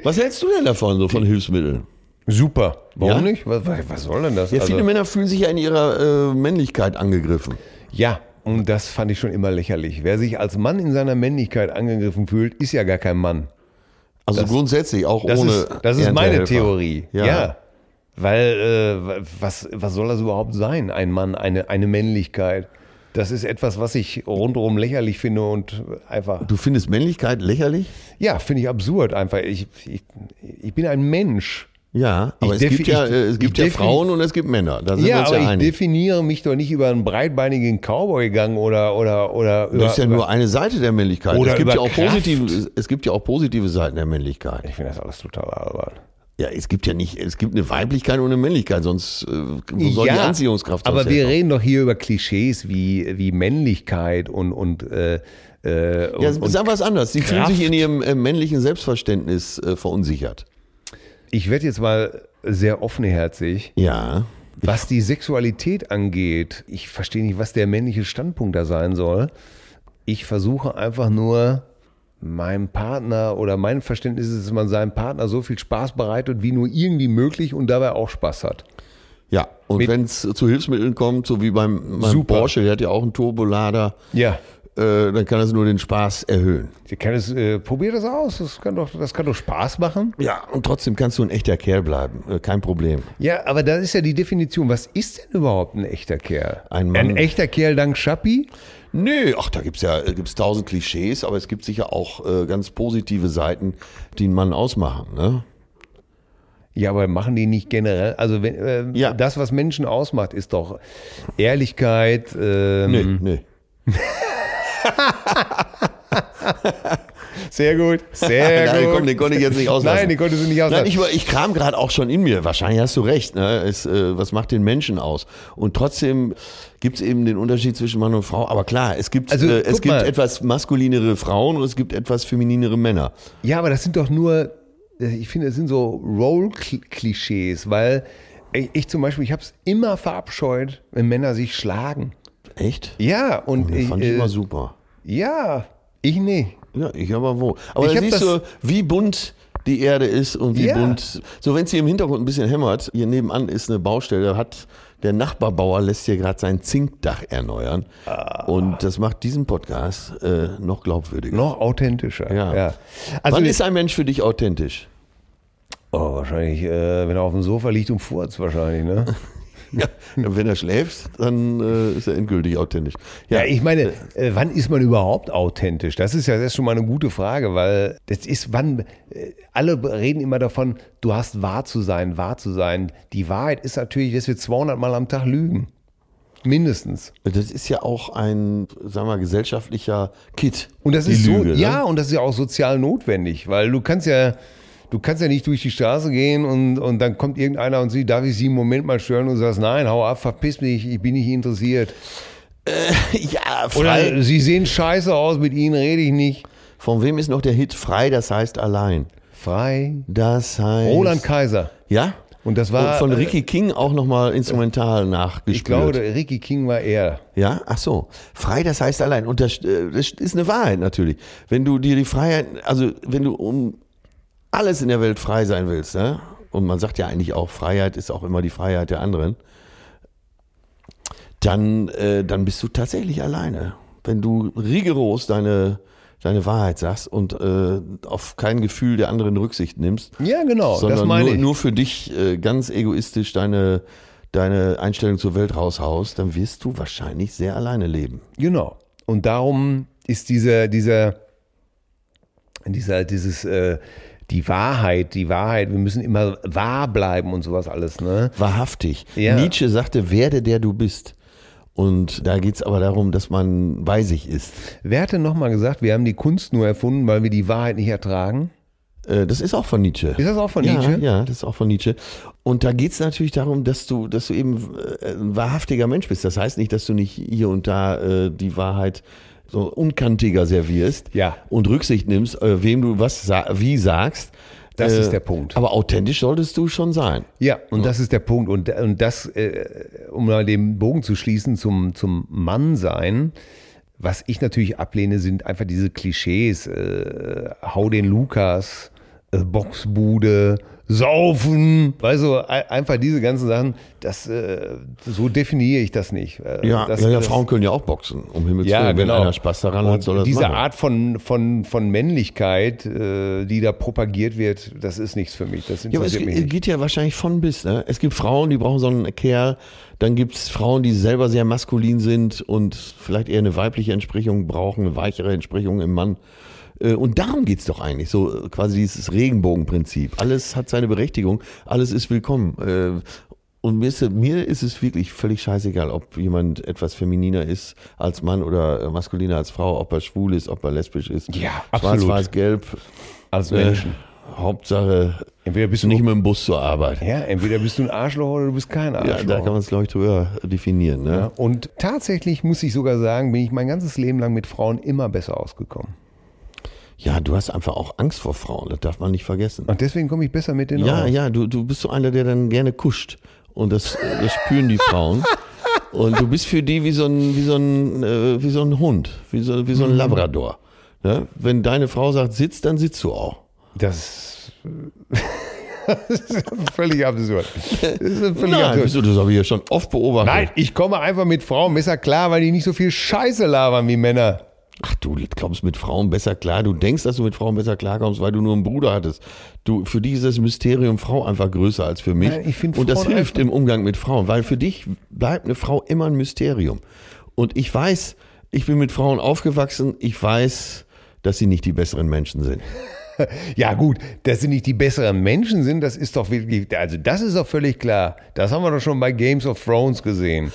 Was hältst du denn davon, so von Hilfsmitteln?
Super. Warum
Ja?
nicht? Was, was soll denn das?
Ja,
Also-
viele Männer fühlen sich ja in ihrer äh, Männlichkeit angegriffen.
Ja, und das fand ich schon immer lächerlich. Wer sich als Mann in seiner Männlichkeit angegriffen fühlt, ist ja gar kein Mann.
Also grundsätzlich, auch
Das
ohne.
ist, das ist meine
Erntehelfer.
Theorie. Ja.
Ja.
Weil, äh, was, was soll das überhaupt sein, ein Mann, eine, eine Männlichkeit? Das ist etwas, was ich rundherum lächerlich finde und einfach.
Du findest Männlichkeit lächerlich?
Ja, finde ich absurd einfach. Ich, ich, ich bin ein Mensch.
Ja,
Ich
aber es
defi-
gibt ja,
ich-
äh, es
ich
gibt ja
defi-
Frauen und es gibt Männer. Da sind wir
Ja,
uns
aber
ja
ich
einig.
definiere mich doch nicht über einen breitbeinigen Cowboy gegangen oder oder oder über.
Das ist ja
über-
nur eine Seite der Männlichkeit.
Oder
es gibt
über
ja auch
Kraft.
positive, es gibt ja auch positive Seiten der Männlichkeit.
ich finde das alles total albern.
Ja, es gibt ja nicht, es gibt eine Weiblichkeit und eine Männlichkeit, sonst äh, wo soll die Anziehungskraft
Aber
sonst
wir
herkommen?
reden doch hier über Klischees wie, wie Männlichkeit und, und, äh, äh, und,
Ja,
und
sagen wir es anders. Sie fühlen
Kraft.
sich in ihrem äh, männlichen Selbstverständnis äh, verunsichert.
ich werde jetzt mal sehr offenherzig.
Ja.
Was die Sexualität angeht, ich verstehe nicht, was der männliche Standpunkt da sein soll. Ich versuche einfach nur meinem Partner oder mein Verständnis ist, dass man seinem Partner so viel Spaß bereitet, wie nur irgendwie möglich und dabei auch Spaß hat.
Ja, und
Mit-
wenn es zu Hilfsmitteln kommt, so wie beim, beim
Super.
Porsche, der hat ja auch einen Turbolader,
Ja.
äh, dann kann das nur den Spaß erhöhen.
Ihr kann es, äh, probiert das aus, das kann, doch, das kann doch Spaß machen.
Ja, und trotzdem kannst du ein echter Kerl bleiben. Äh, kein Problem.
Ja, aber das ist ja die Definition. Was ist denn überhaupt ein echter Kerl?
Ein Mann.
Ein echter Kerl dank Schappi?
Nö, ach, da gibt's ja äh, gibt's tausend Klischees, aber es gibt sicher auch äh, ganz positive Seiten, die einen Mann ausmachen. Ne?
Ja, aber machen die nicht generell? Also wenn, äh,
Ja.
das, was Menschen ausmacht, ist doch
Mhm.
Ehrlichkeit. ähm,
Nö, nö.
Sehr gut, sehr
Nein,
gut.
komm, den konnte ich jetzt nicht auslassen.
Nein, den konnte sie nicht auslassen.
Nein, ich, war- ich kram gerade auch schon in mir. Wahrscheinlich hast du recht. Ne? Es, äh, was macht den Menschen aus? Und trotzdem gibt es eben den Unterschied zwischen Mann und Frau. Aber klar, es gibt,
Also,
äh, es
guck
gibt
mal.
etwas maskulinere Frauen und es gibt etwas femininere Männer.
Ja, aber das sind doch nur, äh, ich finde, das sind so Role-Klischees, weil ich, ich zum Beispiel, ich habe es immer verabscheut, wenn Männer sich schlagen.
Echt?
Ja, und
Oh, Das
ich,
fand ich
äh,
immer super.
ja, ich nicht.
Ja, ich aber wo. Aber
Ich
da
hab das-
siehst du, wie bunt die Erde ist und wie
Ja.
bunt. So, wenn es hier im Hintergrund ein bisschen hämmert, hier nebenan ist eine Baustelle, da hat der Nachbarbauer lässt hier gerade sein Zinkdach erneuern.
Ah.
Und das macht diesen Podcast äh, noch glaubwürdiger.
Noch authentischer.
Ja.
Also
Wann
ich-
ist ein Mensch für dich authentisch?
oh, wahrscheinlich, äh, wenn er auf dem Sofa liegt und furzt wahrscheinlich, ne?
Ja, wenn er schläft, dann äh, ist er endgültig authentisch.
Ja, ich meine, äh, wann ist man überhaupt authentisch? Das ist ja das ist schon mal eine gute Frage, weil das ist, wann, äh, alle reden immer davon, du hast wahr zu sein, wahr zu sein. Die Wahrheit ist natürlich, dass wir 200 Mal am Tag lügen. Mindestens.
das ist ja auch ein, sagen wir mal, gesellschaftlicher Kit.
Und das
die
ist so,
Lüge, ne?
ja, und das ist ja auch sozial notwendig, weil du kannst ja, du kannst ja nicht durch die Straße gehen und, und dann kommt irgendeiner und sagt, darf ich Sie einen Moment mal stören? Und du sagst, nein, hau ab, verpiss mich, ich bin nicht interessiert.
Ja,
Oder
frei.
Sie sehen scheiße aus, mit Ihnen rede ich nicht.
Von wem ist noch der Hit frei, das heißt allein?
Frei.
Das heißt.
Roland Kaiser.
Ja?
Und das war.
Und Oh, von
äh,
Ricky King auch nochmal instrumental nachgespielt.
Ich glaube, der Ricky King war er.
Ja, ach so. Frei, das heißt allein. Und das, äh, das ist eine Wahrheit natürlich. Wenn du dir die Freiheit, also wenn du um alles in der Welt frei sein willst, ne? und man sagt ja eigentlich auch, Freiheit ist auch immer die Freiheit der anderen, dann, äh, dann bist du tatsächlich alleine. Wenn du rigoros deine, deine Wahrheit sagst und äh, auf kein Gefühl der anderen Rücksicht nimmst,
Ja, genau.
sondern
Das meine
nur,
ich.
nur für dich äh, ganz egoistisch deine, deine Einstellung zur Welt raushaust, dann wirst du wahrscheinlich sehr alleine leben.
Genau. Und darum ist dieser, dieser, dieser, dieses, äh, die Wahrheit, die Wahrheit, wir müssen immer wahr bleiben und sowas alles, ne?
Wahrhaftig.
Ja.
Nietzsche sagte, werde der du bist. Und da geht's aber darum, dass man bei sich ist.
Wer hat denn nochmal gesagt, wir haben die Kunst nur erfunden, weil wir die Wahrheit nicht ertragen?
Äh, das ist auch von Nietzsche.
Ist das auch von
ja,
Nietzsche?
Ja, das ist auch von Nietzsche. Und da geht's natürlich darum, dass du, dass du eben äh, ein wahrhaftiger Mensch bist. Das heißt nicht, dass du nicht hier und da äh, die Wahrheit so unkantiger servierst
Ja.
und Rücksicht nimmst, äh, wem du was sa wie sagst.
Das
Äh,
ist der Punkt.
Aber authentisch solltest du schon sein.
Ja, und das ist der Punkt. Und, und das, äh, um mal den Bogen zu schließen zum, zum Mannsein, was ich natürlich ablehne, sind einfach diese Klischees. Äh, hau den Lukas, äh, Boxbude, saufen. Weißt du, ei- einfach diese ganzen Sachen, das, äh, so definiere ich das nicht. Äh,
Ja,
das,
ja, ja
das-
Frauen können ja auch boxen, um Himmels
ja,
Willen. Wenn
genau.
einer Spaß daran
und
hat, soll das
Diese
machen.
Art von, von, von Männlichkeit, äh, die da propagiert wird, das ist nichts für mich. Das
Ja, aber es
interessiert mich
ge-
nicht.
geht ja wahrscheinlich von bis. Ne? Es gibt Frauen, die brauchen so einen Kerl. Dann gibt's Frauen, die selber sehr maskulin sind und vielleicht eher eine weibliche Entsprechung brauchen, eine weichere Entsprechung im Mann. Äh, Und darum geht's doch eigentlich, so äh, quasi dieses Regenbogenprinzip. Alles hat seine Berechtigung, alles ist willkommen. Äh, Und mir ist, mir ist es wirklich völlig scheißegal, ob jemand etwas femininer ist als Mann oder äh, maskuliner als Frau, ob er schwul ist, ob er lesbisch ist.
Ja, absolut.
Schwarz, weiß, gelb.
Als
Äh,
Menschen.
Hauptsache,
Entweder bist
Du nicht mit dem Bus zur Arbeit.
Ja, entweder bist du ein Arschloch oder du bist kein
Ja,
Arschloch.
da kann man es, glaube ich, drüber definieren. Ne?
Ja, und tatsächlich muss ich sogar sagen, bin ich mein ganzes Leben lang mit Frauen immer besser ausgekommen.
Ja, du hast einfach auch Angst vor Frauen, das darf man nicht vergessen.
Und deswegen komme ich besser mit denen
Ja,
aus.
ja, du, du bist so einer, der dann gerne kuscht. Und das, äh, das spüren die Frauen. Und du bist für die wie so ein, wie so ein, äh, wie so ein Hund, wie so, wie so ein Labrador. Ne? Wenn deine Frau sagt, sitz, dann sitzt du auch.
Das, das ist völlig absurd. Das ist völlig
Nein,
absurd.
wieso, das habe ich ja schon oft beobachtet.
Nein, ich komme einfach mit Frauen besser klar, weil die nicht so viel Scheiße labern wie Männer.
Ach, du kommst mit Frauen besser klar. Du denkst, dass du mit Frauen besser klarkommst, weil du nur einen Bruder hattest. Du, für die ist das Mysterium Frau einfach größer als für mich.
Nein, ich find
und das
Frauen
hilft im Umgang mit Frauen, weil für dich bleibt eine Frau immer ein Mysterium. Und ich weiß, ich bin mit Frauen aufgewachsen. Ich weiß, dass sie nicht die besseren Menschen sind.
ja, gut, dass sie nicht die besseren Menschen sind, das ist doch wirklich, also das ist doch völlig klar. Das haben wir doch schon bei Games of Thrones gesehen.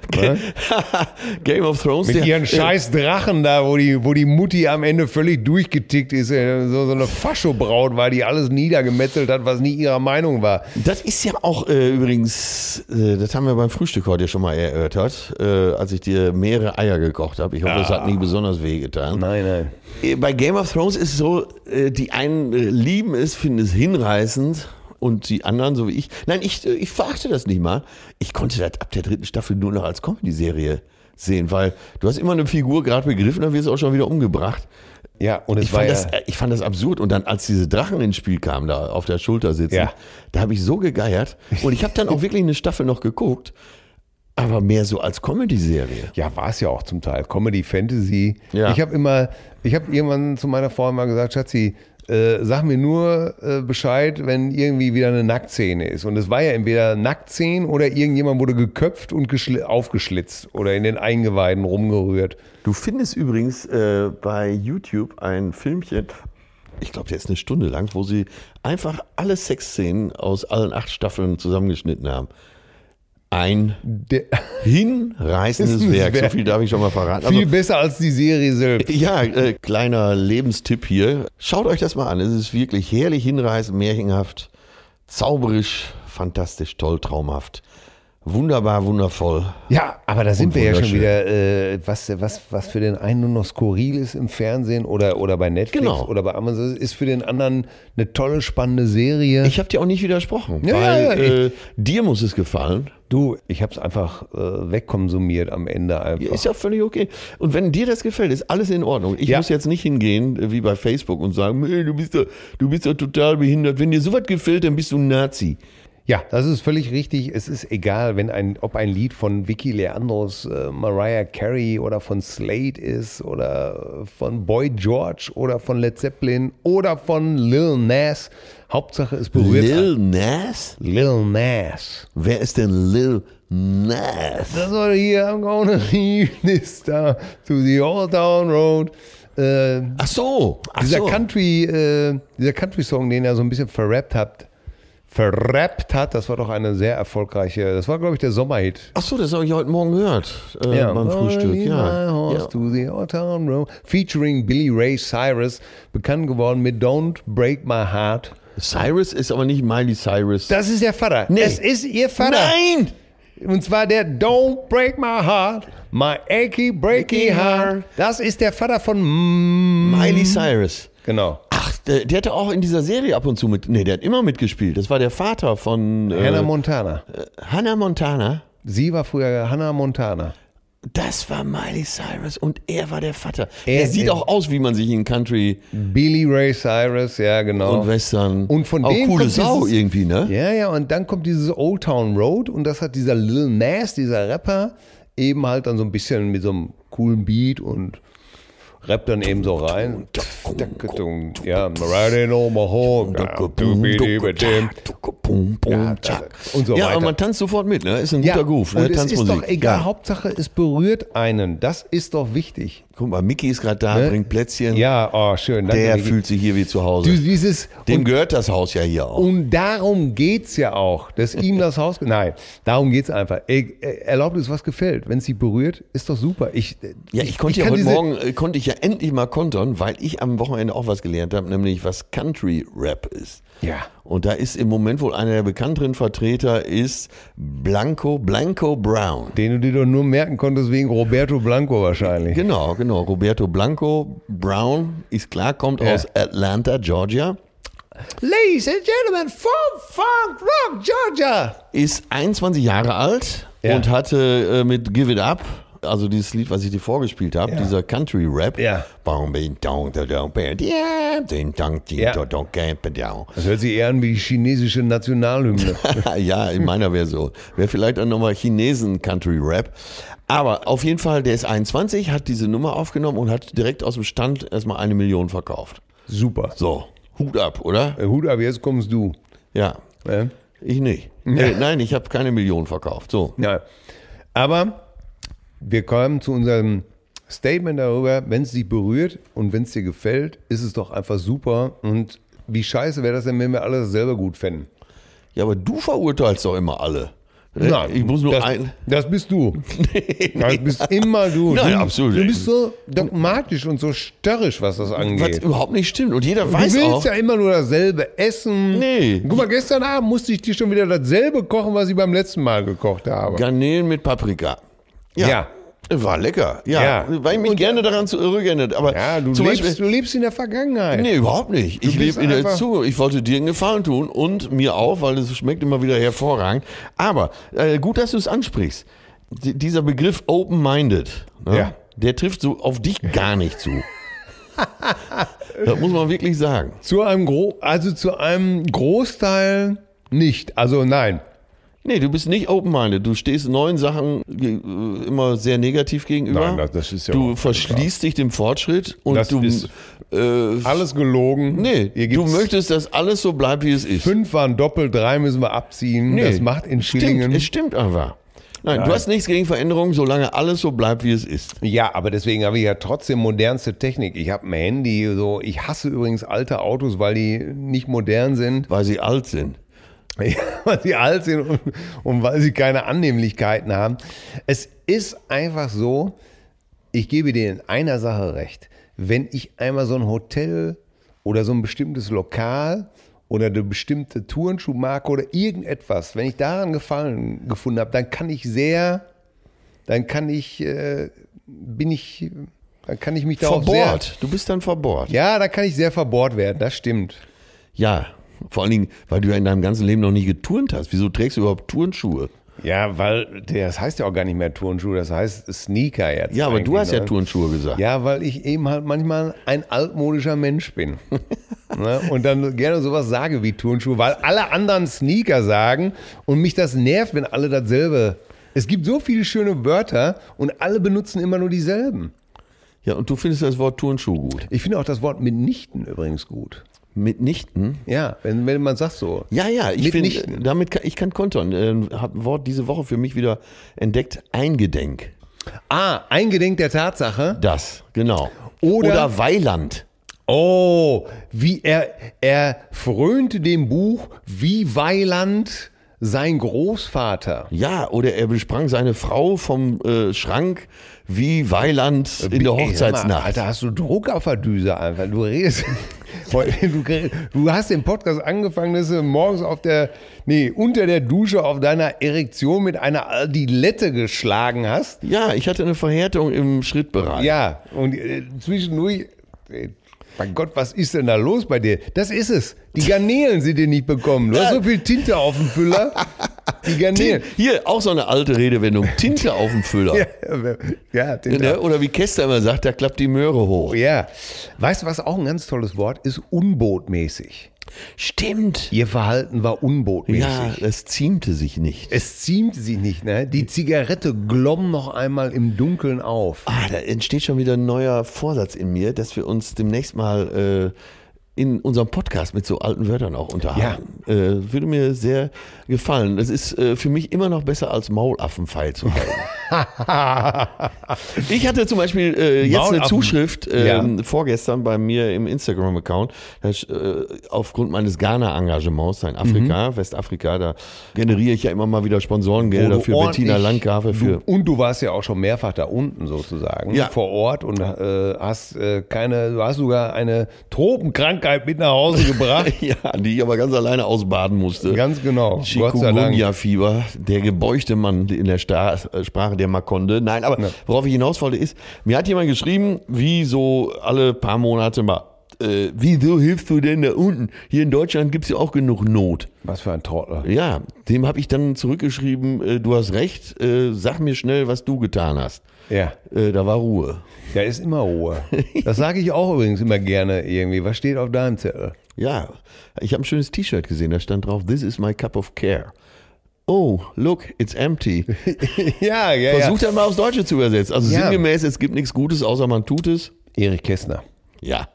Game of Thrones.
Mit
die-
ihren scheiß Drachen da, wo die, wo die Mutti am Ende völlig durchgetickt ist. äh, So, so eine Faschobraut war, die alles niedergemetzelt hat, was nicht ihrer Meinung war.
Das ist ja auch äh, übrigens, äh, das haben wir beim Frühstück heute schon mal erörtert, äh, als ich dir mehrere Eier gekocht habe. Ich hoffe, das hat nie besonders wehgetan.
Nein, nein.
Äh, Bei Game of Thrones ist es so, äh, die einen äh, lieben es, finden es hinreißend und die anderen, so wie ich. Nein, ich, äh, ich verachte das nicht mal. Ich konnte das ab der dritten Staffel nur noch als Comedy-Serie sehen, weil du hast immer eine Figur gerade begriffen, dann wirst du auch schon wieder umgebracht.
Ja, und es
Ich
war
fand, das,
ja,
äh, ich fand das absurd. Und dann, als diese Drachen ins Spiel kamen, da auf der Schulter sitzen,
Ja.
da habe ich so gegeiert. Und ich habe dann auch wirklich eine Staffel noch geguckt, aber mehr so als Comedy-Serie.
Ja, war es ja auch zum Teil. Comedy, Fantasy.
Ja.
Ich habe immer, ich habe irgendwann zu meiner Frau mal gesagt, Schatzi, äh, sag mir nur äh, Bescheid, wenn irgendwie wieder eine Nacktszene ist. Und es war ja entweder Nacktszene oder irgendjemand wurde geköpft und geschli- aufgeschlitzt oder in den Eingeweiden rumgerührt.
Du findest übrigens äh, bei YouTube ein Filmchen, ich glaube, der ist eine Stunde lang, wo sie einfach alle Sexszenen aus allen acht Staffeln zusammengeschnitten haben. Ein
Der, Ist
hinreißendes
ein
Werk. So
Werk.
viel darf ich schon mal verraten.
viel
Also,
besser als die Serie selbst.
Ja, äh, kleiner Lebenstipp hier. Schaut euch das mal an. Es ist wirklich herrlich hinreißend, märchenhaft, zauberisch, fantastisch, toll, traumhaft. Wunderbar, wundervoll.
Ja, aber da sind wir ja schon
wunderschön.
wieder, äh, was, was, was für den einen nur noch skurril ist im Fernsehen oder, oder bei Netflix
Genau.
oder bei Amazon, ist für den anderen eine tolle, spannende Serie.
Ich habe dir auch nicht widersprochen,
Ja,
weil
ja, ja,
äh, dir muss es gefallen.
Du, ich habe es einfach äh, wegkonsumiert am Ende einfach.
Ist ja völlig okay. Und wenn dir das gefällt, ist alles in Ordnung. Ich
Ja.
muss jetzt nicht hingehen, äh, wie bei Facebook, und sagen, "Hey, du bist doch, du bist doch total behindert. Wenn dir sowas gefällt, dann bist du ein Nazi.
ja, das ist völlig richtig. Es ist egal, wenn ein, ob ein Lied von Vicky Leandros, äh, Mariah Carey oder von Slade ist oder äh, von Boy George oder von Led Zeppelin oder von Lil Nas. Hauptsache es berührt. einen.
Lil Nas?
Lil Nas.
Wer ist denn Lil Nas?
Das war hier, I'm gonna leave this town to the old town road. Äh,
Ach so. Ach
Dieser
so.
Country, äh, dieser Country-Song, den er so ein bisschen verrappt hat, verrappt hat, das war doch eine sehr erfolgreiche, das war, glaube ich, der Sommerhit.
Ach so, das habe ich heute Morgen gehört äh, beim Frühstück.
Only my
Ja.
horse
ja.
to the old town road. Featuring Billy Ray Cyrus, bekannt geworden mit Don't Break My Heart.
Cyrus ist aber nicht Miley Cyrus.
Das ist ihr Vater.
Nee.
Es ist ihr Vater.
Nein!
Und zwar der Don't Break My Heart, My Achy Breaky
Achy
Heart.
Heart.
Das ist der Vater von...
Miley Cyrus.
Genau.
Ach, der, der hatte auch in dieser Serie ab und zu mit. Nee, der hat immer mitgespielt. Das war der Vater von äh,
Hannah Montana.
Hannah Montana.
Sie war früher Hannah Montana.
Das war Miley Cyrus und er war der Vater.
Er-
Er, sieht
er-
auch aus, wie man sich in Country
Billy Ray Cyrus, ja, genau.
und Western.
Und von
auch
dem
coole
kommt
Sau
dieses-
irgendwie, ne?
ja, ja, und dann kommt dieses Old Town Road und das hat dieser Lil Nas, dieser Rapper, eben halt dann so ein bisschen mit so einem coolen Beat und rappt dann eben so rein. Ja, riding on my horse.
Ja,
und so
ja,
weiter.
aber man tanzt sofort mit, ne? Ist ein guter
Ja,
Groove, ne?
und es ist
Tanzmusik.
doch egal,
Ja.
Hauptsache es berührt einen, das ist doch wichtig.
Guck mal, Mickey ist gerade da, bringt Plätzchen.
Ne? Ja, oh, schön. Danke,
der
Niki.
fühlt sich hier wie zu
Du,
Hause.
dieses,
Dem gehört das Haus ja hier auch.
Und darum geht's ja auch, dass ihm das Haus. Nein, darum geht's einfach. Ey, äh, Erlaubt ist, was gefällt. Wenn es sie berührt, ist doch super. Ich, äh,
Ja, ich konnte ja
kann
heute
diese-
Morgen, äh, konnte ich ja endlich mal kontern, weil ich am Wochenende auch was gelernt habe, nämlich was Country Rap ist.
Ja.
Und da ist im Moment wohl einer der bekannteren Vertreter ist Blanco, Blanco Brown.
Den du dir doch nur merken konntest wegen Roberto Blanco wahrscheinlich.
Genau, genau. Roberto Blanco Brown ist klar, kommt
Ja.
aus Atlanta, Georgia.
Ladies and Gentlemen, from Funk Rock, Georgia.
ist 21 Jahre alt
Ja.
und hatte äh, mit Give It Up, also dieses Lied, was ich dir vorgespielt habe,
Ja.
dieser Country Rap.
Ja. Das hört sich eher an wie die chinesische Nationalhymne.
ja, in meiner Version. Wäre vielleicht dann nochmal Chinesen Country Rap. Aber auf jeden Fall, der ist 21, hat diese Nummer aufgenommen und hat direkt aus dem Stand erstmal eine Million verkauft.
super.
So, Hut ab, oder?
Äh, Hut ab, jetzt kommst du. ne?
Ja,
Ja.
ich nicht. Äh, nein, ich habe keine Million verkauft. So.
Ja. Aber wir kommen zu unserem Statement darüber, wenn es dich berührt und wenn es dir gefällt, ist es doch einfach super. Und wie scheiße wäre das denn, wenn wir alle selber gut fänden?
Ja, aber du verurteilst doch immer alle.
Nein,
Äh, ich muss nur
das,
ein.
Das bist du. Das bist immer du.
Nein,
du,
absolut
Du
nicht.
bist so dogmatisch und so störrisch, was das
Was
angeht.
überhaupt nicht stimmt. Und jeder
Du
weiß
willst
auch.
ja immer nur dasselbe essen.
Nee.
Guck mal, gestern Abend musste ich dir schon wieder dasselbe kochen, was ich beim letzten Mal gekocht habe.
Garnelen mit Paprika.
Ja.
War lecker. Ja.
Ja.
Weil ich mich
Und-
gerne daran zurückerinnert. Aber
Ja, du
zum
lebst,
Beispiel,
du lebst in der Vergangenheit.
Nee, überhaupt nicht. Ich
bist
lebe in der
einfach-
Zukunft. Ich wollte dir einen Gefallen tun und mir auch, weil es schmeckt immer wieder hervorragend. Aber äh, gut, dass du es ansprichst. D dieser Begriff open-minded, ne?
Ja.
der trifft so auf dich gar nicht zu. das muss man wirklich sagen.
Zu einem Gro also zu einem Großteil nicht. Also nein.
Nee, du bist nicht open-minded. Du stehst neuen Sachen äh, immer sehr negativ gegenüber.
Nein, das- das ist ja
Du
auch
verschließt dich dem Fortschritt und
Das
du.
ist-
äh,
Alles gelogen.
nee,
Hier
du
gibt's
möchtest, dass alles so bleibt, wie es ist.
fünf waren doppelt, drei müssen wir abziehen.
Nee.
Das macht in Schillingen.
Stimmt, es stimmt einfach. Nein, du hast nichts gegen Veränderungen, solange alles so bleibt, wie es ist.
Ja, aber deswegen habe ich ja trotzdem modernste Technik. Ich habe ein Handy, so. Ich hasse übrigens alte Autos, weil die nicht modern sind,
Weil sie alt sind.
weil sie alt sind und, und weil sie keine Annehmlichkeiten haben. Es ist einfach so, ich gebe dir in einer Sache recht. Wenn ich einmal so ein Hotel oder so ein bestimmtes Lokal oder eine bestimmte Turnschuhmarke oder irgendetwas, wenn ich daran gefallen gefunden habe, dann kann ich sehr, dann kann ich, äh, bin ich, dann kann ich mich darauf sehr,
Verbohrt. Du bist dann verbohrt. Ja.
ja, da kann ich sehr verbohrt werden. Das stimmt.
Vor allen Dingen, weil du ja in deinem ganzen Leben noch nie geturnt hast. Wieso trägst du überhaupt Turnschuhe?
Ja, weil das heißt ja auch gar nicht mehr Turnschuhe, das heißt Sneaker jetzt.
Ja, aber du
eigentlich,
hast ja
ne?
Turnschuhe gesagt.
Ja, weil ich eben halt manchmal ein altmodischer Mensch bin. ne? Und dann gerne sowas sage wie Turnschuhe, weil alle anderen Sneaker sagen und mich das nervt, wenn alle dasselbe. Es gibt so viele schöne Wörter und alle benutzen immer nur dieselben.
Ja, und du findest das Wort Turnschuh gut.
Ich finde auch das Wort mitnichten übrigens gut.
Mitnichten?
Ja, wenn, wenn man sagt so.
Ja, ja, ich
Mitnichten.
finde, damit kann, ich kann kontern. Ähm, hab ein Wort diese Woche für mich wieder entdeckt, Eingedenk.
Ah, eingedenk der Tatsache.
Das, genau.
Oder-
Oder Weiland.
Oh, wie er, er frönte dem Buch, wie Weiland sein Großvater.
Ja, oder er besprang seine Frau vom äh, Schrank wie Weiland in der
Ey, sag mal,
Hochzeitsnacht.
Äh, Alter, hast du Druck auf der Düse einfach. Du redest. Heute- Du, du hast den Podcast angefangen, dass du morgens auf der, nee, unter der Dusche auf deiner Erektion mit einer Dilette geschlagen hast.
ja, ich hatte eine Verhärtung im Schrittbereich.
Ja, und äh, zwischendurch, äh, mein Gott, was ist denn da los bei dir? Das ist es. Die Garnelen sind dir nicht bekommen. Du hast so viel Tinte auf dem Füller. Die
Tin
Garnelen.
hier, auch so eine alte Redewendung. Tinte auf dem Füller.
Ja, ja, Tinte.
Ne? Oder wie Kester immer sagt, da klappt die Möhre hoch.
ja. Weißt du, was auch ein ganz tolles Wort ist? Unbotmäßig.
Stimmt.
Ihr Verhalten war unbotmäßig.
Ja, das ziemte sich nicht.
Es ziemte sich nicht, ne? Die Zigarette glomm noch einmal im Dunkeln auf.
Ah, da entsteht schon wieder ein neuer Vorsatz in mir, dass wir uns demnächst mal äh, in unserem Podcast mit so alten Wörtern auch unterhalten. Äh, würde mir sehr gefallen. Das ist äh, für mich immer noch besser als Maulaffenpfeil zu halten. ich hatte zum Beispiel äh, jetzt eine
Maulaffen-
Zuschrift äh,
Ja.
vorgestern bei mir im Instagram-Account. Da ist, Äh, aufgrund meines Ghana-Engagements da in Afrika,
Mhm.
Westafrika, da generiere ich ja immer mal wieder Sponsorengelder
Wo du
für Bettina
ordentlich-
Landgrafe. Für
Du, und du warst ja auch schon mehrfach da unten sozusagen
Ja.
vor Ort und äh, hast äh, keine, du hast sogar eine Tropenkrankheit mit nach Hause gebracht.
Ja, die ich aber ganz alleine ausbaden musste.
Ganz genau. Gott sei Dank.
Chikungunya-Fieber, der gebeuchte Mann in der Sta äh, Sprache der Makonde. Nein, aber worauf ich hinaus wollte ist, mir hat jemand geschrieben, wie so alle paar Monate mal, äh, wieso hilfst du denn da unten? Hier in Deutschland gibt's ja auch genug Not.
Was für ein Trottel.
Ja, dem habe ich dann zurückgeschrieben, äh, du hast recht, äh, sag mir schnell, was du getan hast.
Ja,
Äh, da war Ruhe.
da ist immer Ruhe. Das sage ich auch übrigens immer gerne irgendwie. Was steht auf deinem Zettel?
Ja, ich habe ein schönes T-Shirt gesehen, da stand drauf, this is my cup of care. Oh, look, it's empty.
Ja, ja,
Versucht dann mal aufs Deutsche zu übersetzen. Also
Ja.
sinngemäß, es gibt nichts Gutes, außer man tut es.
ja. Erich Kästner.
Ja.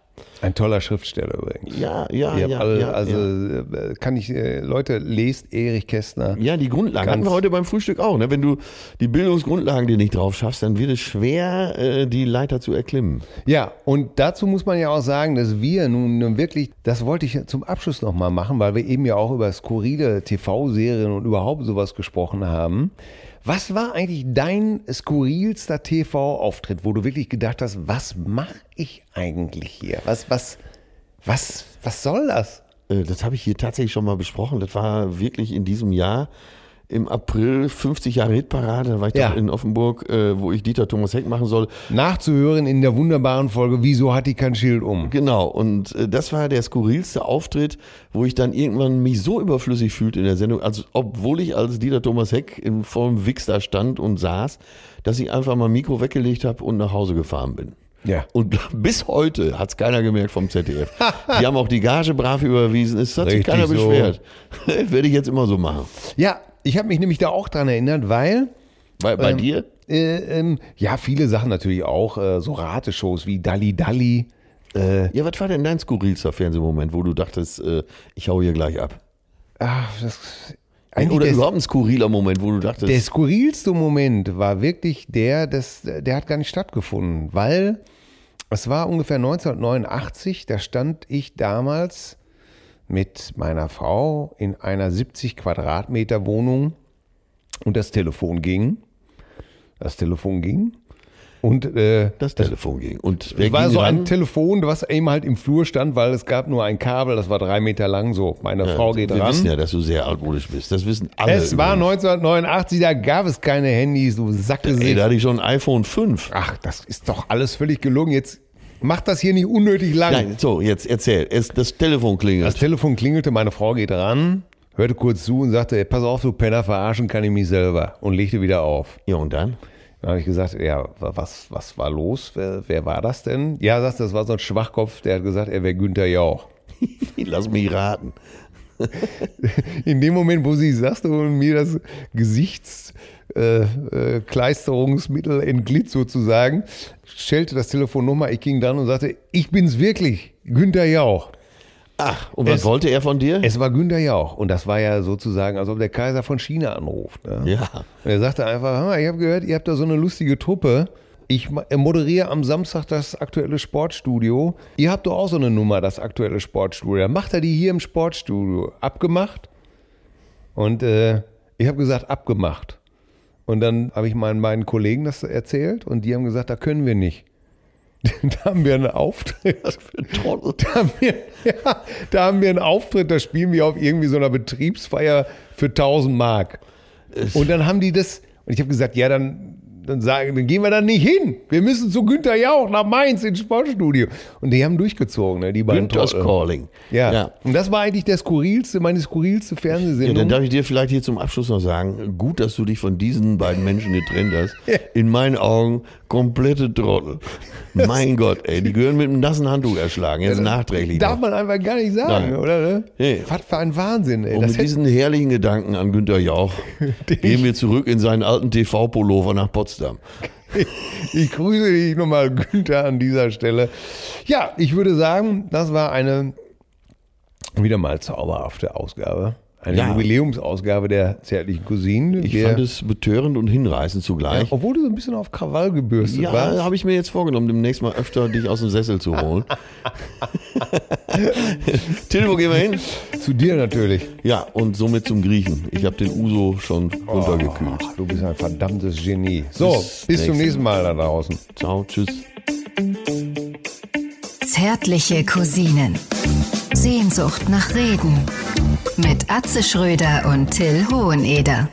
Ein toller Schriftsteller übrigens.
Ja, ja,
Ihr habt
Ah, ja,
alle,
ja,
also
ja.
äh, kann ich, äh, Leute, lest Erich Kästner.
Ja, die Grundlagen hatten
Ganz-
wir heute beim Frühstück auch. Ne? Wenn du die Bildungsgrundlagen dir nicht drauf schaffst, dann wird es schwer, äh, die Leiter zu erklimmen.
Ja, und dazu muss man ja auch sagen, dass wir nun wirklich, das wollte ich zum Abschluss nochmal machen, weil wir eben ja auch über skurrile TV-Serien und überhaupt sowas gesprochen haben. Was war eigentlich dein skurrilster TV-Auftritt, wo du wirklich gedacht hast, was mache ich eigentlich hier? Was, was, was, was soll das?
Äh, das habe ich hier tatsächlich schon mal besprochen. Das war wirklich in diesem Jahr im April 50 Jahre Hitparade. Da war ich
Ja.
doch in Offenburg, äh, wo ich Dieter Thomas Heck machen soll.
Nachzuhören in der wunderbaren Folge, wieso hat die kein Schild um?
Genau, und äh, das war der skurrilste Auftritt, wo ich dann irgendwann mich so überflüssig fühlte in der Sendung, also obwohl ich als Dieter Thomas Heck im vollen Wix da stand und saß, dass ich einfach mein Mikro weggelegt habe und nach Hause gefahren bin.
Ja.
Und bis heute hat es keiner gemerkt vom ZDF. Die haben auch die Gage brav überwiesen, es hat
Richtig
sich keiner
so.
beschwert. Werde ich jetzt immer so machen.
Ja, ich habe mich nämlich da auch dran erinnert, weil
Bei,
Ähm,
bei dir?
Äh, ähm, ja, viele Sachen natürlich auch, äh, so Rateshows wie Dalli Dalli. äh.
Ja, was war denn dein skurrilster Fernsehmoment, wo du dachtest, äh, ich hau hier gleich ab?
Ach, das,
Oder
der,
überhaupt ein skurriler Moment, wo du dachtest,
der skurrilste Moment war wirklich der, das, der hat gar nicht stattgefunden, weil es war ungefähr 1989, da stand ich damals mit meiner Frau in einer 70 Quadratmeter Wohnung und das Telefon ging. Das Telefon ging. Und äh,
das Telefon ging. Und wer
Es war
ging
so ein
ran?
Telefon, was eben halt im Flur stand, weil es gab nur ein Kabel, das war drei Meter lang. So, meine Frau geht
Wir
ran.
wissen ja, dass du sehr altmodisch bist. Das wissen alle.
es war
übrigens.
1989, da gab es keine Handys, du
Ey, da
Sackgesicht.
hatte ich schon ein iPhone 5.
Ach, das ist doch alles völlig gelungen. Jetzt macht das hier nicht unnötig lang.
Nein, so, jetzt erzähl. Es, das Telefon klingelt.
Das Telefon klingelte, meine Frau geht ran, hörte kurz zu und sagte, "Ey, pass auf, du Penner, verarschen kann ich mich selber. Und legte wieder auf.
ja, und dann?
Dann habe ich gesagt, ja, wa- was, was war los? Wer, wer war das denn? Ja, sagt, das war so ein Schwachkopf, der hat gesagt, er wäre Günther Jauch.
Lass mich raten.
In dem Moment, wo sie sagte und mir das Gesichtskleisterungsmittel äh, Kleisterungsmittel entglitt sozusagen, stellte das Telefon nochmal, ich ging dann und sagte, ich bin's wirklich, Günther Jauch.
Ach, und was
Es-
wollte er von dir?
Es war Günther Jauch und das war ja sozusagen, als ob der Kaiser von China anruft. Ne?
ja.
Und er sagte einfach, "Hör mal, ich habe gehört, ihr habt da so eine lustige Truppe. Ich ma- äh, moderiere am Samstag das aktuelle Sportstudio. Ihr habt doch auch so eine Nummer, das aktuelle Sportstudio. Dann macht er die hier im Sportstudio. Abgemacht. Und äh, ich habe gesagt, abgemacht. Und dann habe ich meinen, meinen Kollegen das erzählt und die haben gesagt, da können wir nicht. da haben wir einen Auftritt.
Trottel.
Da haben, wir, ja, da haben wir einen Auftritt, da spielen wir auf irgendwie so einer Betriebsfeier für 1000 Mark. Und dann haben die das, und ich habe gesagt, ja, dann, dann, sagen, dann gehen wir da nicht hin. Wir müssen zu Günther Jauch nach Mainz ins Sportstudio. Und die haben durchgezogen, ne, die beiden
Günther's
Trottel.
Calling.
Ja.
ja.
und das war eigentlich der skurrilste, meine skurrilste
Ja, dann
Fernsehsendung.
darf ich dir vielleicht hier zum Abschluss noch sagen, gut, dass du dich von diesen beiden Menschen getrennt hast. In meinen Augen komplette Trottel. Mein Gott, ey, die gehören mit einem nassen Handtuch erschlagen, jetzt nachträglich.
Darf
noch.
man einfach gar nicht sagen,
Nein.
oder? Ne?
Nee.
Was für ein Wahnsinn, ey.
Und
Das
mit diesen herrlichen Gedanken an Günter Jauch gehen wir zurück in seinen alten TV-Pullover nach Potsdam.
Ich grüße dich nochmal, Günther, an dieser Stelle. Ja, ich würde sagen, das war eine wieder mal zauberhafte Ausgabe. Eine
Ja.
Jubiläumsausgabe der zärtlichen Cousinen.
Ich
Wir-
fand es betörend und hinreißend zugleich.
obwohl du so ein bisschen auf Krawall gebürstet
Ja,
warst.
habe ich mir jetzt vorgenommen, demnächst mal öfter dich aus dem Sessel zu holen. Till, wo gehen wir hin?
Zu dir natürlich.
Ja, und somit zum Griechen. Ich habe den Uso schon runtergekühlt.
Du bist ein verdammtes Genie. So, bis,
Bis
zum
nächstes
nächsten Mal da draußen.
Ciao, tschüss.
Zärtliche Cousinen. Sehnsucht nach Reden. Mit Atze Schröder und Till Hoheneder.